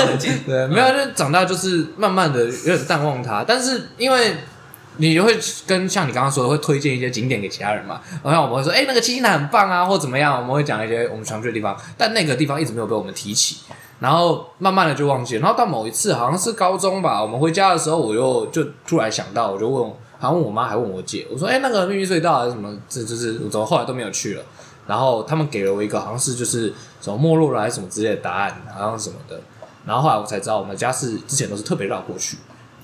Speaker 1: 冷静。
Speaker 3: 对，没有，就是长大就是慢慢的有点淡忘它，但是因为你就会跟像你刚刚说的，会推荐一些景点给其他人嘛，然后我们会说，哎、那个七星潭很棒啊，或怎么样，我们会讲一些我们常去的地方，但那个地方一直没有被我们提起，然后慢慢的就忘记了，然后到某一次好像是高中吧，我们回家的时候，我又就突然想到，我就问，好像问我妈还问我姐，我说，哎、那个秘密隧道还是什么，这就是我怎么后来都没有去了。然后他们给了我一个好像是就是什么没落了还是什么之类的答案，好像什么的。然后后来我才知道，我们家是之前都是特别绕过去，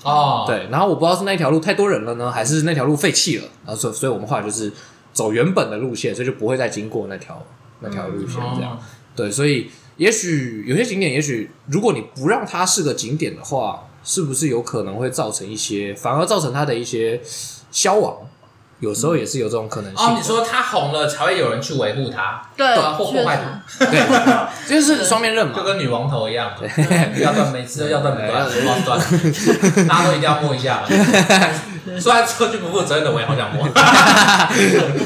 Speaker 1: 哦，
Speaker 3: 对。然后我不知道是那一条路太多人了呢，还是那条路废弃了，然后所以所以我们后来就是走原本的路线，所以就不会再经过那条那条路
Speaker 1: 嗯哦
Speaker 3: 线这样。对，所以也许有些景点，也许如果你不让它是个景点的话，是不是有可能会造成一些，反而造成它的一些消亡？有时候也是有这种可能性的。
Speaker 1: 哦，你说它红了才会有人去维护它，
Speaker 4: 对
Speaker 1: 啊，或
Speaker 4: 呃确
Speaker 1: 破坏
Speaker 4: 实
Speaker 1: 它，
Speaker 3: 对，就是双面刃嘛
Speaker 1: 就。跟女王头一样嘛， 要断每次都要断不断，不断，大家都一定要摸一下嘛。虽然说句不负责任的，我也 好想摸，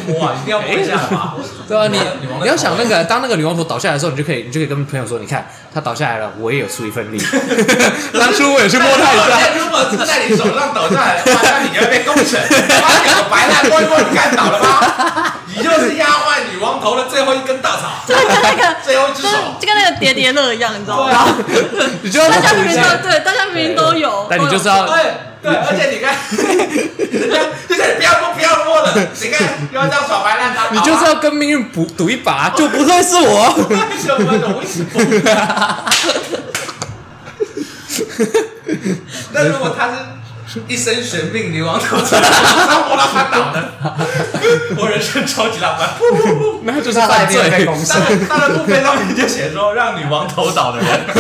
Speaker 1: 摸啊，一定要摸一下吧。
Speaker 3: 对啊，你
Speaker 1: 女王的
Speaker 3: 你要
Speaker 1: 头
Speaker 3: 想那个，当那个女王头倒下来的时候，你就可以，你就可以跟朋友说，你看她倒下来了，我也有出一 份力。当初我也去摸她一下。
Speaker 1: 但如果是在你手上倒下来的话，那你就会被攻审。把两个白烂摸一摸，你敢倒了 吗？你就是压坏女王头的最后一根稻草，
Speaker 4: 就跟那个
Speaker 1: 最后一只
Speaker 4: 就
Speaker 1: 手
Speaker 4: 是。就跟那个叠叠乐一样，你知道
Speaker 1: 对
Speaker 4: 吗？
Speaker 1: 啊，
Speaker 3: 你就要
Speaker 4: 大家明
Speaker 3: 补一
Speaker 4: 明
Speaker 3: 下
Speaker 4: 都对，大家明明都有，
Speaker 3: 但你就是
Speaker 4: 都有
Speaker 3: 要
Speaker 1: 对对，而且你看，人家就是不要摸，不要摸的，你看不要这样耍白烂他。
Speaker 3: 你就是要跟命运赌赌一把，就不会是我。
Speaker 1: 为什么容易疯？那如果他是一身玄命女王头，他活到他倒呢？我人生超级浪漫。
Speaker 3: 那就是
Speaker 2: 那他
Speaker 3: 犯
Speaker 2: 一定会被
Speaker 3: 罪
Speaker 2: 公。审
Speaker 1: 他。的他的路飞上面就写说让女王头倒的人，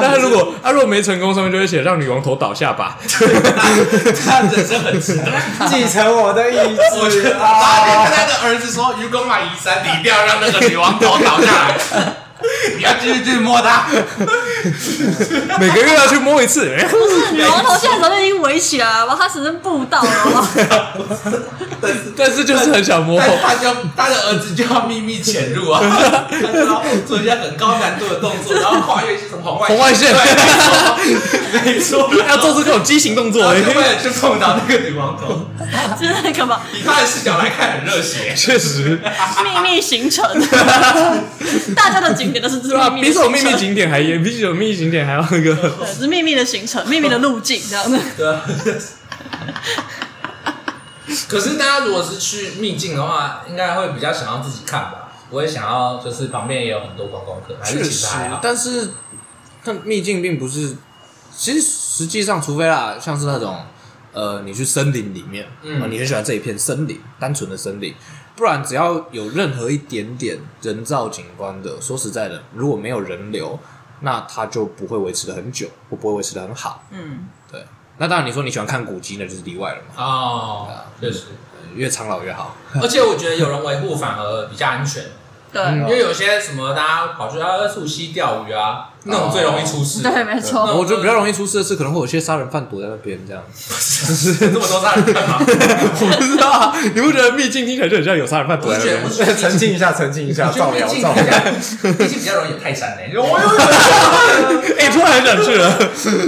Speaker 3: 那如果他如果没成功，上面就会写让女王头倒下吧。
Speaker 1: 他人生很值得。
Speaker 2: 继承我的 意
Speaker 1: 我觉
Speaker 2: 志
Speaker 1: 得他
Speaker 2: 啊！
Speaker 1: 跟他的儿子说，愚公买移山，你一定要让那个女王头倒下来， 你要继续去摸她。
Speaker 3: 每个月要去摸一次。
Speaker 4: 不是女王头现在早就已经围起来了吧？她只剩步道 了吗？
Speaker 3: 但是就是很想摸
Speaker 1: 但。是他就要他的儿子就要秘密潜入啊，他就要做一些很高难度的动作，然后跨越一些什么红外
Speaker 3: 红外线
Speaker 1: 对没错，没错，
Speaker 3: 要做出这种畸形动作欸
Speaker 1: 然，后就为了去碰到那个女王头，
Speaker 4: 真的干嘛？
Speaker 1: 以他的视角来看很热血，
Speaker 3: 确实，
Speaker 4: 秘密行程，大家的景点都是
Speaker 3: 对吧？啊
Speaker 4: 这秘密
Speaker 3: 比
Speaker 4: 的
Speaker 3: 这种秘
Speaker 4: 行程，
Speaker 3: 密景点还也比这种秘密景点还要那个。
Speaker 4: 对是秘密的行程，秘密的路径这样子。
Speaker 1: 对啊。 可是大家如果是去秘境的话，应该会比较想要自己看吧，不会想要就是旁边也有很多观光客，还是其啊实还好。
Speaker 3: 但是但秘境并不是，其实实际上，除非啦，像是那种呃，你去森林里面，
Speaker 1: 嗯
Speaker 3: 呃你很喜欢这一片森林，单纯的森林。不然，只要有任何一点点人造景观的，说实在的，如果没有人流，那它就不会维持的很久，或不会维持的很好。
Speaker 4: 嗯，
Speaker 3: 对，那当然你说你喜欢看古迹，那就是例外了嘛，
Speaker 1: 哦，确实，
Speaker 3: 呃越苍老越好。
Speaker 1: 而且我觉得有人维护反而比较安全。
Speaker 4: 对
Speaker 1: 因为有些什么大家跑去啊溯溪钓鱼啊，那种最容易出事。
Speaker 4: 对，没
Speaker 1: 那
Speaker 4: 错。
Speaker 3: 我觉得比较容易出事的是，可能会有些杀人犯躲在那边这样。
Speaker 1: 这么多杀人干嘛？
Speaker 3: 我不知道啊，你不觉得秘境听起来就很像有杀人犯躲
Speaker 1: 我
Speaker 3: 在
Speaker 1: 是
Speaker 3: 那
Speaker 1: 觉得，我？
Speaker 3: 边
Speaker 1: 是 觉得
Speaker 2: 澄清一下，澄清一下，造谣
Speaker 1: 毕竟
Speaker 2: 造谣。
Speaker 1: 毕竟比较容易有泰山嘞，就我有
Speaker 3: 哎、突然很想去了。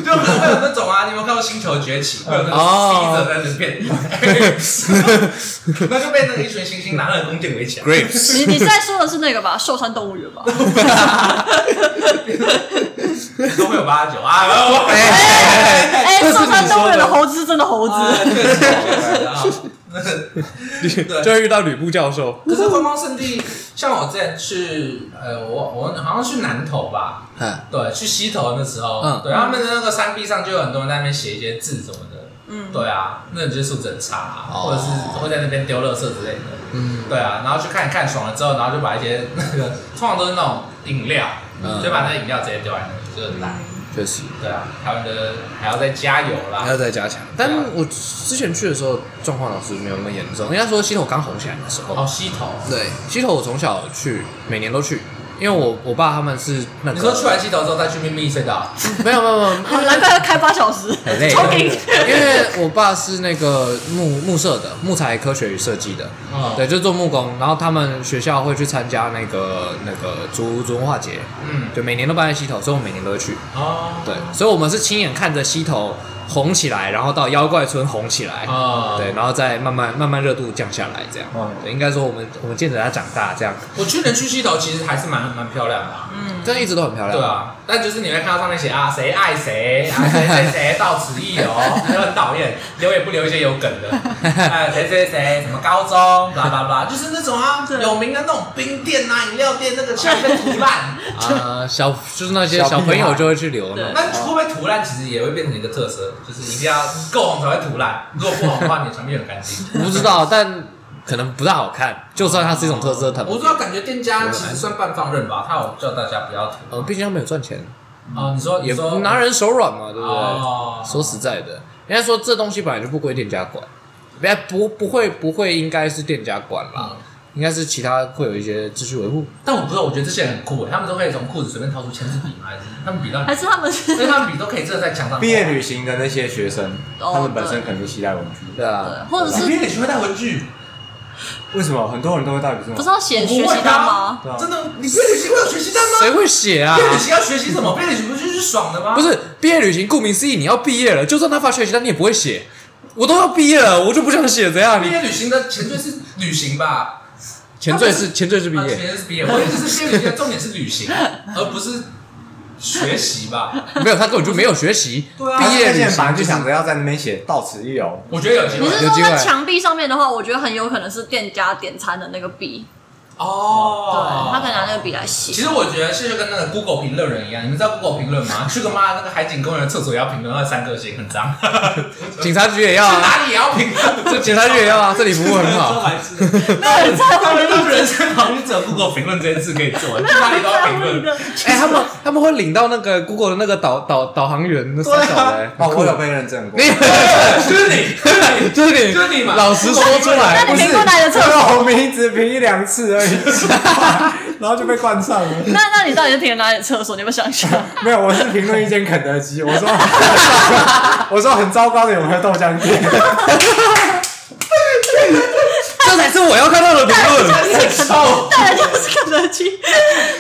Speaker 1: 就会有那种啊，你有没有看过《星球崛起》？会有那个
Speaker 3: 哦
Speaker 1: 吸着在那 边，那就被那个一群猩猩拿了弓箭围起来，
Speaker 3: Grapes，
Speaker 4: 你你在说的是那个吧？寿山动物园吧？
Speaker 1: 都会有八九啊。 我
Speaker 3: 哎
Speaker 4: 哎，寿山动物园的猴子是真的猴
Speaker 1: 啊
Speaker 4: 子，
Speaker 1: 确实确实啊那对
Speaker 3: 就会遇到吕布教授。
Speaker 1: 可是观光圣地，像我之前去，呃，我我好像去南投吧，
Speaker 3: 嗯，
Speaker 1: 对，去溪头那时候，
Speaker 3: 嗯
Speaker 1: 对，他们的那个山壁上就有很多人在那边写一些字什么的，
Speaker 4: 嗯
Speaker 1: 对啊，那你就素质很差、啊，
Speaker 3: 哦
Speaker 1: 或者是会在那边丢垃圾之类的，
Speaker 3: 嗯，
Speaker 1: 对啊，然后去看一看，爽了之后，然后就把一些 那个，通常都是那种饮料，
Speaker 3: 嗯
Speaker 1: 就把那饮料直接丢在那里，就很烂，
Speaker 3: 确实
Speaker 1: 对啊，他们的还要再加油
Speaker 3: 还
Speaker 1: 啦，
Speaker 3: 要再加强。但我之前去的时候状况倒是没有那么严重，应该说溪头刚红起来的时候。
Speaker 1: 哦，溪头，
Speaker 3: 对，溪头我从小去，每年都去，因为我我爸他们是那个。
Speaker 1: 你说去完溪头之后再去秘密隧道，
Speaker 3: 没有没有没有，
Speaker 4: 难怪要开八小时，
Speaker 3: 很累哦
Speaker 4: 超顶。
Speaker 3: 因为我爸是那个木木设的，木材科学与设计的，
Speaker 1: 嗯
Speaker 3: 对，就是做木工。然后他们学校会去参加那个那个竹竹文化节，
Speaker 1: 嗯，
Speaker 3: 对，每年都办在溪头，所以我每年都会去。
Speaker 1: 哦，
Speaker 3: 对，所以我们是亲眼看着溪头红起来，然后到妖怪村红起来，
Speaker 1: 啊、
Speaker 3: 对，然后再慢慢慢慢热度降下来，这样。
Speaker 1: 哦
Speaker 2: 嗯
Speaker 3: 对，应该说我们我们见着它长大，这样，
Speaker 1: 我去年去溪头其实还是蛮蛮漂亮的啊、
Speaker 3: 但一直都很漂亮。
Speaker 1: 对啊，但就是你会看到上面写啊，谁爱谁，啊谁谁谁到此一游， 就很讨厌，留也不留一些有梗 的，哎谁谁谁什么高中，巴拉巴拉，就是那种啊
Speaker 4: 对
Speaker 1: 有名的那种冰店啊、饮料店，那个墙被涂 烂，
Speaker 3: 啊、小就是那些
Speaker 2: 小屁
Speaker 3: 小朋友
Speaker 2: 孩
Speaker 3: 就会去留那
Speaker 4: 对
Speaker 3: 种。
Speaker 1: 那会不会涂烂其实也会变成一个特色，就是一定要够红才会涂烂，如果不红的话，你的墙壁很干净。
Speaker 3: 不知道，但可能不大好看。就算它是一种特色，它
Speaker 1: 我主要感觉店家其实算半放任吧，他有叫大家不要涂。
Speaker 3: 呃，毕竟他没有赚钱，
Speaker 1: 哦，你说你
Speaker 3: 嗯也
Speaker 1: 说
Speaker 3: 拿人手软嘛，对不对？
Speaker 1: 哦，
Speaker 3: 说实在的，应该说这东西本来就不归店家管，不不不会不会应该是店家管啦。应该是其他会有一些秩序维护。
Speaker 1: 但我不知道，我觉得这些人很酷诶，欸他们都可以从裤子随便掏出签字笔吗？还是他们笔到，
Speaker 4: 还是他们是
Speaker 1: 因为他们笔都可以真的在墙上画。
Speaker 2: 毕业旅行的那些学生，
Speaker 4: 哦
Speaker 2: 他们本身可能就携带文具，
Speaker 3: 对啊，
Speaker 4: 或者
Speaker 1: 你
Speaker 4: 是
Speaker 1: 毕业旅行会带文具？
Speaker 2: 为什么很多人都会带笔这
Speaker 4: 不是
Speaker 2: 种？
Speaker 4: 要写学
Speaker 1: 我不会
Speaker 4: 习
Speaker 1: 啊
Speaker 4: 单吗？
Speaker 2: 对啊
Speaker 1: 真的，你毕业旅行会有学习单吗？
Speaker 3: 谁会写啊
Speaker 1: 毕？业旅行要学习什么？毕业旅行不就是爽的吗？
Speaker 3: 不，是毕业旅行，顾名思义，你要毕业了，就算他发学习单，你也不会写。我都要毕业了，我就不想写，怎样？
Speaker 1: 毕
Speaker 3: 你
Speaker 1: 业旅行的前缀是旅行吧？
Speaker 3: 前缀是前缀是毕
Speaker 1: 啊，前
Speaker 3: 业，
Speaker 1: 缀是毕业，我也就是毕业旅行的重点是旅行，而不是学习吧？
Speaker 3: 没有他根本就没有学习。
Speaker 1: 对啊
Speaker 3: 毕业旅
Speaker 2: 现
Speaker 3: 行
Speaker 2: 本来就
Speaker 3: 就是
Speaker 2: 想着要在那边写到此一游，
Speaker 1: 我觉得有机
Speaker 4: 你
Speaker 1: 会啊
Speaker 4: 是
Speaker 3: 有
Speaker 4: 说
Speaker 3: 机会
Speaker 4: 在墙壁上面的话，我觉得很有可能是店家点餐的那个笔，对
Speaker 1: 哦，
Speaker 4: 他可能拿那个笔来写。
Speaker 1: 其实我觉得是就跟那个 Google 评论人一样，你们知道 Google 评论吗？去个妈那个海景公园的厕所也要评论，那三颗星很脏，
Speaker 3: 警察局也要
Speaker 1: 去
Speaker 3: 啊，
Speaker 1: 哪里也要评论，
Speaker 3: 这警察局也要啊，这里服务很
Speaker 5: 超
Speaker 3: 好。
Speaker 5: 白痴的。
Speaker 4: 那你在
Speaker 1: 他们都人生好像只有 Google 评论这件事可以做，去哪里都要评
Speaker 4: 问一
Speaker 1: 论。
Speaker 4: 个，
Speaker 3: 哎、他们他们会领到那个 Google 的那个导导导航员那三小的、
Speaker 2: 哦，我有
Speaker 3: 被
Speaker 2: 被认证过。
Speaker 3: 你
Speaker 1: 就是你，就是你，
Speaker 3: 就是你
Speaker 1: 就是你嘛
Speaker 3: 老实说出
Speaker 4: 那
Speaker 3: 来
Speaker 4: 你，哎评过哪个厕所？
Speaker 2: 我名字评一两次而已，然后就被冠上了。
Speaker 4: 那那你到底是停了哪里的厕所？你们想一想。
Speaker 2: 没有，我是评论一间肯德基，我说 我说很糟糕的有没有豆浆店？
Speaker 3: 这才是我要看到的评 论。
Speaker 4: 带的就是肯德基，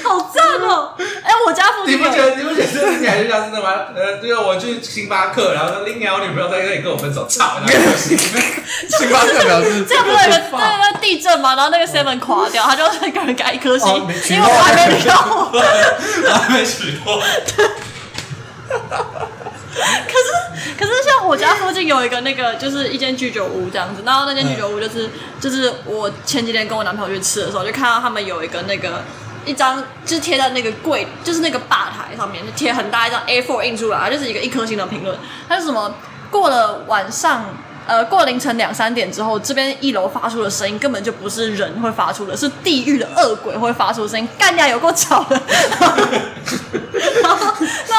Speaker 4: 好赞哦！哎，我家附
Speaker 1: 你
Speaker 4: 近
Speaker 1: 不觉
Speaker 4: 有，
Speaker 1: 得你不觉得这听起来就像真的吗？呃，就是我去星巴克，然后说林鸟女朋友在这里跟我分手，操！然后
Speaker 3: 星巴克表示
Speaker 4: 这个不是有个那个地震嘛，然后那个 seven 垮掉，他就一个人改一颗星
Speaker 2: 哦没，
Speaker 4: 因为我还没料。
Speaker 1: 还没娶过，
Speaker 4: 可是像我家附近有一个那个，就是一间居酒屋这样子，然后那间居酒屋就是、就是我前几天跟我男朋友去吃的时候，就看到他们有一个那个一张就是贴在那个柜，就是那个吧台上面，就贴很大一张 A4 印出来，它就是一个一颗星的评论，它是什么过了晚上。呃，过凌晨两三点之后，这边一楼发出的声音根本就不是人会发出的，是地狱的恶鬼会发出的声音，干掉有够吵的。 然后，然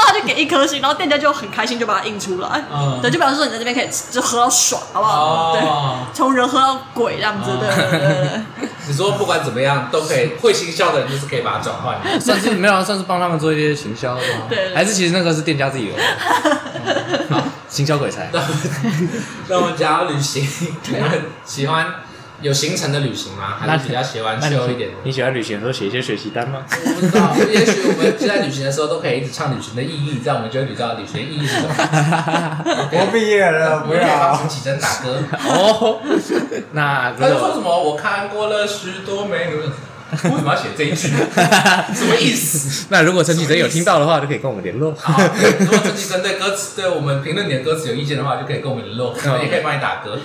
Speaker 4: 后他就给一颗星，然后店家就很开心，就把它印出来。
Speaker 1: 嗯
Speaker 4: 对，就表示说你在这边可以吃就喝到爽，好不好？
Speaker 1: 哦
Speaker 4: 对，从人喝到鬼这样子，对对对对 对。
Speaker 1: 你说不管怎么样都可以，会心笑的人就是可以把它转换。
Speaker 3: 算是没有啊，算是帮他们做一些行销的吗？
Speaker 4: 对对对
Speaker 3: 还是其实那个是店家自 己有的。嗯好，行销鬼才。
Speaker 1: 那我们讲到旅行，你们喜欢有行程的旅行吗？还是比较喜欢
Speaker 3: 那
Speaker 1: 秀
Speaker 3: 你
Speaker 1: 一点的？
Speaker 3: 你喜欢旅行的时候写一些学习单吗？
Speaker 1: 我不知 道，啊也许我们在旅行的时候都可以一直唱旅行的意义，这样我们就会知道旅行的意义是什 么。
Speaker 2: 我毕业了，
Speaker 1: 我
Speaker 2: 不
Speaker 1: 们可以放出
Speaker 2: 要。
Speaker 1: 几声打歌。
Speaker 3: 哦， 那
Speaker 1: 他
Speaker 4: 哎
Speaker 3: 如
Speaker 1: 就说
Speaker 3: 果
Speaker 1: 什么我看过了许多美女，为什么要写这一句？什么意思？啊
Speaker 3: 那如果陈启哲有听到的话，就可以跟我们联络。
Speaker 1: 好， 如果自己针对歌词对我们评论你的歌词有意见的话，就可以跟我们联络，我们也可以帮你打 歌。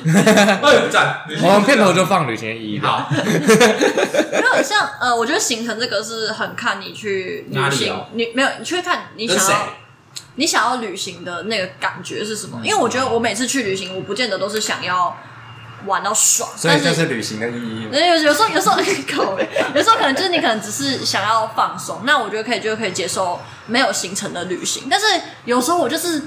Speaker 1: 哎，赞！
Speaker 3: 我
Speaker 4: 啊
Speaker 3: 们片头就放旅行的意义吧。
Speaker 1: 好，
Speaker 4: 没有像呃，我觉得行程这个是很看你去
Speaker 1: 哪
Speaker 4: 旅
Speaker 1: 里
Speaker 4: 行
Speaker 1: 哦，
Speaker 4: 你没有你去看你
Speaker 1: 跟
Speaker 4: 想
Speaker 1: 谁
Speaker 4: 要？你想要旅行的那个感觉是什
Speaker 1: 嗯
Speaker 4: 么？因为我觉得我每次去旅行，我不见得都是想要玩到爽，
Speaker 2: 所
Speaker 4: 但
Speaker 2: 以
Speaker 4: 是
Speaker 2: 就是旅行的意义嘛。
Speaker 4: 那有有时候有时候靠北有时候可能就是你可能只是想要放松，那我觉得可以就可以接受没有行程的旅行。但是有时候我就是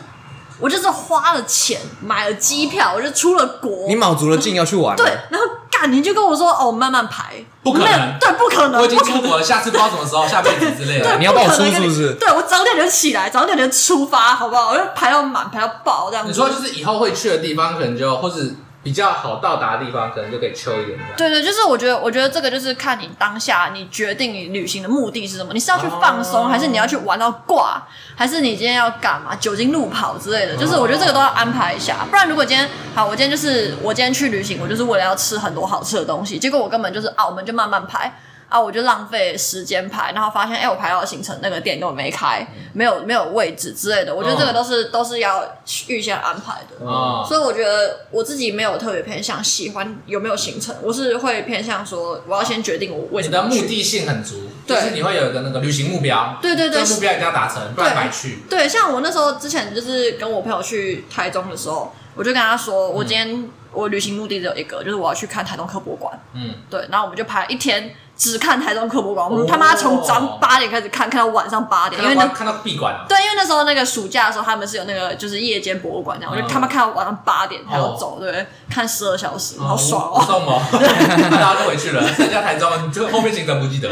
Speaker 4: 我就是花了钱买了机票，我就出了国，
Speaker 3: 你卯足了劲要去玩了。
Speaker 4: 对，然后干你就跟我说哦慢慢排，
Speaker 1: 不可能
Speaker 4: 没有对不可能，
Speaker 1: 我已经
Speaker 4: 不可
Speaker 1: 出国了，下次不知道什么时候，下辈子之类
Speaker 4: 对
Speaker 1: 的。
Speaker 3: 你要帮我
Speaker 4: 不可能
Speaker 3: 出是不是
Speaker 4: 对我早点就起来，早点就出发，好不好？我就排到满，排到爆这样子。
Speaker 1: 你说就是以后会去的地方，可能就或是比较好到达的地方，可能就可以秋一点这样。
Speaker 4: 对对，就是我觉得，我觉得这个就是看你当下，你决定你旅行的目的是什么。你是要去放松，
Speaker 1: 哦
Speaker 4: 还是你要去玩到挂，还是你今天要干嘛？酒精路跑之类的，就是我觉得这个都要安排一下。不然如果今天好，我今天就是我今天去旅行，我就是为了要吃很多好吃的东西，结果我根本就是啊，我们就慢慢排。啊，我就浪费时间排，然后发现，哎、我排到的行程那个店根本没开，没有没有位置之类的。我觉得这个都是、都是要预先安排的。
Speaker 1: 啊，
Speaker 4: 所以我觉得我自己没有特别偏向喜欢有没有行程，我是会偏向说我要先决定我
Speaker 1: 你
Speaker 4: 为什么要
Speaker 1: 的
Speaker 4: 去
Speaker 1: 目的性很足，就
Speaker 4: 对
Speaker 1: 是你会有一个那个旅行目标，
Speaker 4: 对对
Speaker 1: 这
Speaker 4: 对
Speaker 1: 个目标一定要达成，不然
Speaker 4: 对
Speaker 1: 白去。
Speaker 4: 对，像我那时候之前就是跟我朋友去台中的时候，我就跟他说，我今天我旅行目的只有一个，就是我要去看台东科博馆。
Speaker 1: 嗯，
Speaker 4: 对，然后我们就排一天，只看台中科博馆，我们
Speaker 1: 哦
Speaker 4: 他妈从早上八点开始看，看到晚上八点，因为
Speaker 1: 看
Speaker 4: 那
Speaker 1: 到看到闭馆了，
Speaker 4: 对，因为那时候那个暑假的时候，他们是有那个就是夜间博物馆这样，我
Speaker 1: 嗯
Speaker 4: 就他妈看到晚上八点还要
Speaker 1: 哦
Speaker 4: 走，对，看十二小时，好
Speaker 1: 哦
Speaker 4: 爽
Speaker 1: 我
Speaker 4: 哦
Speaker 1: 不。送 哦，大家都回去了，剩下台中，你这个后面行程不记得。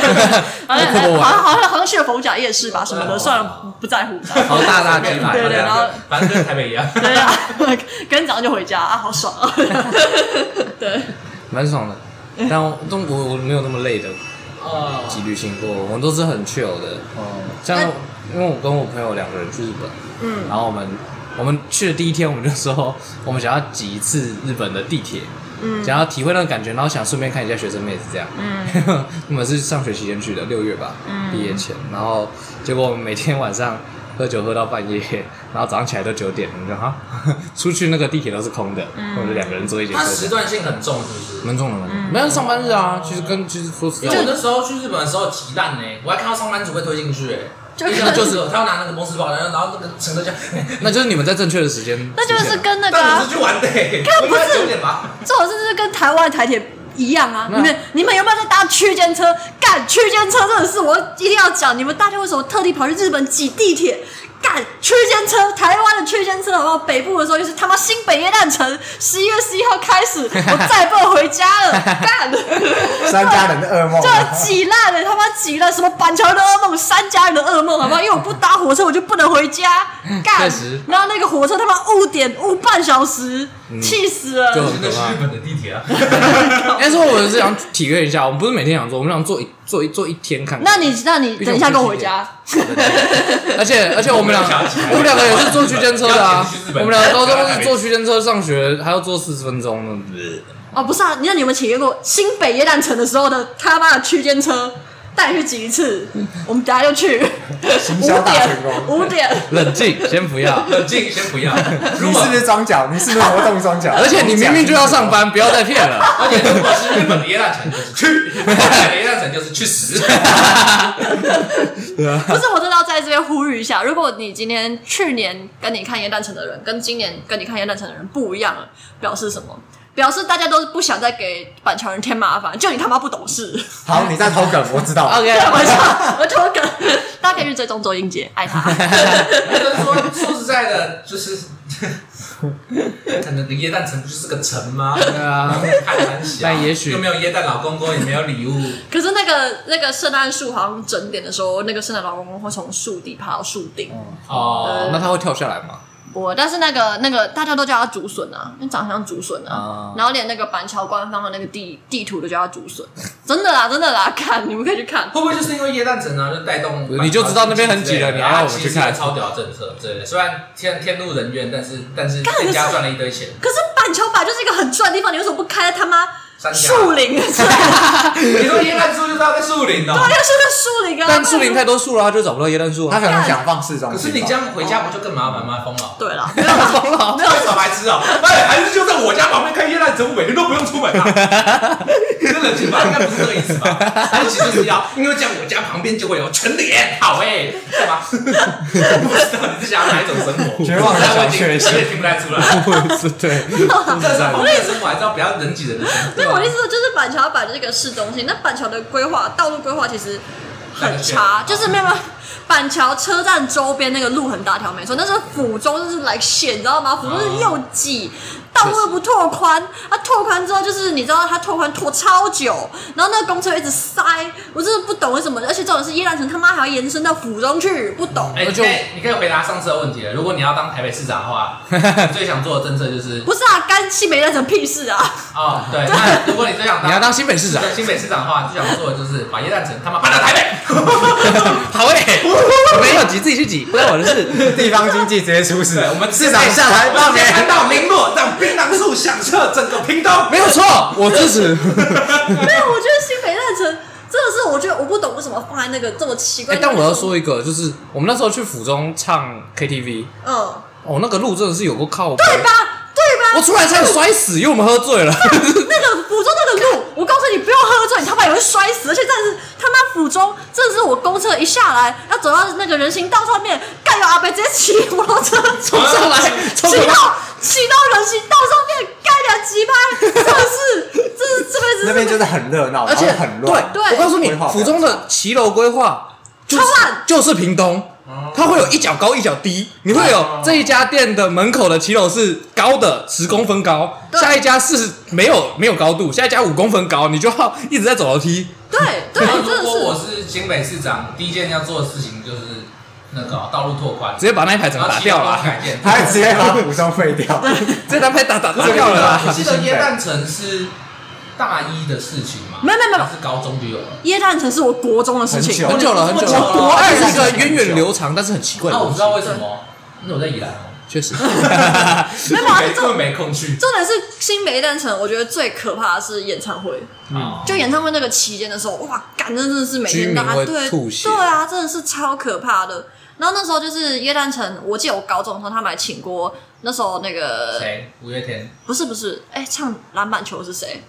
Speaker 4: 好像
Speaker 3: 那科博
Speaker 4: 好
Speaker 3: 馆
Speaker 4: 像好像好像去了逢甲夜市吧什么的，
Speaker 1: 哦
Speaker 4: 算了，不在乎，不在乎。
Speaker 3: 好大大鸡排
Speaker 4: 对对，然后
Speaker 1: 反正跟台北一样。
Speaker 4: 对啊， 跟早上就回家啊，好爽啊！对，
Speaker 3: 蛮爽的。但我但我我没有那么累的
Speaker 1: 哦，
Speaker 3: 去旅行过，我们都是很 chill 的。
Speaker 2: 哦，
Speaker 3: 像
Speaker 4: 那
Speaker 3: 因为我跟我朋友两个人去日本，
Speaker 4: 嗯，
Speaker 3: 然后我们我们去的第一天，我们就说哦我们想要挤一次日本的地铁，
Speaker 4: 嗯
Speaker 3: 想要体会那个感觉，然后想顺便看一下学生妹子这样。嗯， 我们是上学期间去的，六月吧，
Speaker 4: 嗯
Speaker 3: 毕业前，然后结果我们每天晚上。喝酒喝到半夜， 然后早上起来都九点，我们就哈， 出去那个地铁都是空的，
Speaker 4: 嗯
Speaker 3: 我们就两个人坐一节
Speaker 4: 啊
Speaker 1: 它
Speaker 3: 车
Speaker 1: 时
Speaker 3: 厢，
Speaker 1: 段性很重，是不是？
Speaker 3: 蛮重的蛮，没有上班日啊，其实跟其实说实
Speaker 1: 因
Speaker 3: 在
Speaker 1: 为我
Speaker 3: 的，
Speaker 1: 那时候去日本的时候急烂呢，我还看到上班族被推进去，哎，
Speaker 4: 就啊可
Speaker 1: 印
Speaker 4: 能
Speaker 1: 象就是他要拿那个公司包，然后然后那个乘车厢，
Speaker 3: 那就是你们在正确的时间，
Speaker 4: 那就是跟那个
Speaker 1: 但我
Speaker 4: 啊
Speaker 1: 是去玩的，欸我应该九点吧？
Speaker 4: 这种事就是跟台湾的台铁一样啊！
Speaker 3: 那
Speaker 4: 你们你们有没有在搭区间车？干区间车真的是我一定要讲，你们大家为什么特地跑去日本挤地铁？干区间车，台湾的区间车好不好？北部的时候就是他妈新北耶诞城，十一月十一号开始，我再也不能回家了，干！
Speaker 2: 三家人的噩梦
Speaker 4: 这
Speaker 2: 啊。
Speaker 4: 挤烂了，他妈挤烂！什么板桥的噩梦，三家人的噩梦，好不好？因为我不搭火车，我就不能回家，
Speaker 3: 确
Speaker 4: 干
Speaker 3: 实！
Speaker 4: 然后那个火车他妈误点误半小时，气死了！
Speaker 3: 就
Speaker 1: 真的是日本的地铁啊，
Speaker 3: 应该说哎我是想体验一下，我们不是每天想做，我们想做一做一做一天看看。
Speaker 4: 那你那你等一下跟我回家，
Speaker 3: 而且而且我们俩我们两个也是坐区间车的啊
Speaker 1: 要去日，
Speaker 3: 我
Speaker 1: 本嗯
Speaker 3: 们两个高中是坐区间车上学，还要坐四十分钟呢。
Speaker 4: 哦，不是啊，那你们体验过新北耶诞城的时候的他妈的区间车，带你去挤一次，我们等下就去，
Speaker 2: 行
Speaker 4: 五
Speaker 2: 销大成
Speaker 4: 点
Speaker 2: 功
Speaker 4: 五点，
Speaker 3: 冷静，先 不要。
Speaker 1: 冷静，先不要。如
Speaker 2: 你
Speaker 1: 果
Speaker 2: 是不是装脚？你是不是活动装脚？
Speaker 3: 而且你明明就要上班，不要再骗了。
Speaker 1: 而且如果是日本的耶诞城，就是去；日本的耶诞城就是去 死。
Speaker 4: 不是，我真的要在这边呼吁一下，如果你今天去年跟你看耶诞城的人，跟今年跟你看耶诞城的人不一样了，表示什么？表示大家都不想再给板桥人添麻烦，就你他妈不懂事。
Speaker 2: 好，你在偷梗，我知 道。
Speaker 3: OK，
Speaker 4: 我操，我头梗，大家可以去追踪周英杰，爱他。
Speaker 1: 就是说，说实在的，就是。 可能耶诞城不就是个城吗？
Speaker 3: 对啊，
Speaker 1: 太难想，
Speaker 3: 但也许
Speaker 1: 又没有耶诞老公公，也没有礼物，
Speaker 4: 可是那个那个圣诞树好像整点的时候，那个圣诞老公公会从树底爬到树顶。
Speaker 1: 哦，
Speaker 3: 那他会跳下来吗？
Speaker 4: 我但是那个那个大家都叫他竹笋啊，因为长得像竹笋啊
Speaker 3: 啊，
Speaker 4: 然后连那个板桥官方的那个地地图都叫他竹笋，真的啦，真的啦，看你们可以去看。
Speaker 1: 会不会就是因为耶诞城啊，就带动
Speaker 3: 你就知道那边很挤了你还
Speaker 1: 啊
Speaker 3: 要我们去看
Speaker 1: 然后其实是个超屌的政策之类的。虽然天天路人怨，但是但是
Speaker 4: 干可是
Speaker 1: 店家赚了一堆钱，
Speaker 4: 可是板桥板就是一个很赚的地方，你为什么不开在他妈
Speaker 1: 三峡
Speaker 4: 树林？对啊，
Speaker 1: 你说耶诞树就到个树林哦。
Speaker 4: 要是在树林啊，
Speaker 3: 但树林太多树了，他就找不到椰蛋树
Speaker 2: 他
Speaker 3: 啊。
Speaker 2: 可能想放市中
Speaker 1: 可
Speaker 2: 心
Speaker 1: 是
Speaker 2: 吧。
Speaker 1: 你这样回家不就更麻烦吗？疯了。
Speaker 4: 对啦，没 有啦，没有
Speaker 1: 为什么白痴啊？哎，还是就在我家旁边开夜烂整，我每天都不用出门 啊。真的，情吧？应该不是这个意思吧？他其实是要，因为这样我家旁边就会有全脸，好哎、干嘛？我不知道你是想要哪一种生活，
Speaker 2: 绝望的小确幸
Speaker 1: 我也听不太出 来。
Speaker 3: 对，
Speaker 1: 但是我的生活还是要不要人挤人的
Speaker 3: 啊
Speaker 1: 生活。
Speaker 4: 对，我的意思是就是板桥板这个市中心，那板桥的规划道路规划其实 很
Speaker 3: 啊
Speaker 4: 差，就是没有办法。板桥车站周边那个路很大条，没错，但是府中就是来线，你知道吗？府中是又
Speaker 3: 嗯
Speaker 4: 挤，道路又不拓宽，它拓宽之后就是你知道它拓宽拓超久，然后那个公车一直塞，我真的不懂为什么，而且这种是夜兰城他妈还要延伸到府中去，不懂。
Speaker 3: 嗯
Speaker 1: 哎、你可以你可以回答上次的问题了。如果你要当台北市长的话，你最想做的政策 就是
Speaker 4: 不是啊，干西没那城屁事 啊！
Speaker 1: 哦，对。那如果你最想
Speaker 3: 你要
Speaker 1: 当
Speaker 3: 当新北市长，
Speaker 1: 新北市长的话，最想做的就是把夜蛋城他妈搬到台北。
Speaker 3: 好诶，没有挤自己去挤，不关我的事。
Speaker 2: 地方经济直接出事，
Speaker 1: 对，我们
Speaker 2: 市场下台
Speaker 1: 我
Speaker 2: 半
Speaker 1: 们先看
Speaker 2: 年，
Speaker 1: 到零落，让槟榔树响彻整个屏东。
Speaker 3: 没有错，我支持。
Speaker 4: 没有，我觉得新北那城真的是，我觉得我不懂为什么放在那个这么奇怪
Speaker 3: 哎、
Speaker 4: 的地方。
Speaker 3: 但我要说一个，就是我们那时候去府中唱 KTV，
Speaker 4: 嗯，
Speaker 3: 哦，那个路真的是有个靠背，
Speaker 4: 对吧？对
Speaker 3: 我
Speaker 4: 吧？
Speaker 3: 出来差点摔死，因为我们喝醉 了。
Speaker 4: 那个府中那个路，我告诉你，不用喝醉，你他妈也会摔死。而且但是他妈府中，真的是我公车一下来，要走到那个人行道上面，干有阿北直接骑摩托车冲
Speaker 3: 上来冲
Speaker 4: 骑
Speaker 3: 上来
Speaker 4: 到骑到人行道上面，干啊，鸡排，这是这是这辈子
Speaker 2: 那边就是很热闹，
Speaker 3: 而且
Speaker 2: 然后很乱。
Speaker 4: 对
Speaker 3: 我告诉你
Speaker 2: 规划，比较
Speaker 3: 府中的骑楼规划就是
Speaker 4: 超烂
Speaker 3: 就是屏东。
Speaker 2: 哦
Speaker 3: 它会有一脚高一脚低，你会有
Speaker 1: 哦
Speaker 3: 这一家店的门口的骑楼是高的十公分高，
Speaker 4: 对
Speaker 3: 下一家四十没有没有高度，下一家五公分高，你就要一直在走楼梯。
Speaker 4: 对对，
Speaker 1: 然后
Speaker 4: 真的
Speaker 1: 如果我
Speaker 4: 是
Speaker 1: 是新北市长，第一件要做的事情就是那个道路拓宽，
Speaker 3: 直接把那一排整
Speaker 1: 然
Speaker 2: 啊
Speaker 3: 个
Speaker 1: 后
Speaker 3: 打
Speaker 1: 七
Speaker 3: 掉
Speaker 1: 条都
Speaker 3: 了，
Speaker 1: 改建。
Speaker 2: 他直接把府中废 掉，
Speaker 3: 这张牌打打打
Speaker 1: 我记
Speaker 3: 掉了
Speaker 1: 得我
Speaker 3: 啦。
Speaker 1: 记得耶诞城是大一的事情嘛，
Speaker 4: 没有没有没有
Speaker 1: 它是高中就有了。
Speaker 4: 耶诞城是我国中的事情，
Speaker 2: 很
Speaker 3: 很久了，很久了。
Speaker 1: 我
Speaker 3: 国二是一个
Speaker 2: 很久
Speaker 3: 源远流长，但是很奇怪的
Speaker 1: 那哦我
Speaker 3: 东
Speaker 1: 不知
Speaker 3: 西。
Speaker 1: 道为什么，那我在宜兰哦，
Speaker 3: 确实，
Speaker 4: 没有啊
Speaker 1: 没
Speaker 4: 这
Speaker 1: 根本没空去。
Speaker 4: 重点是新北诞城，我觉得最可怕的是演唱会。
Speaker 1: 啊
Speaker 4: 就演唱会那个期间的时候，哇，感真的是每天大家
Speaker 3: 居民会
Speaker 4: 对
Speaker 3: 吐血
Speaker 4: 对啊，真的是超可怕的。然后那时候就是耶诞城，我记得我高中的时候他们还请过，那时候那个
Speaker 1: 谁？五月天
Speaker 4: 不是不是，哎、唱篮板球是谁？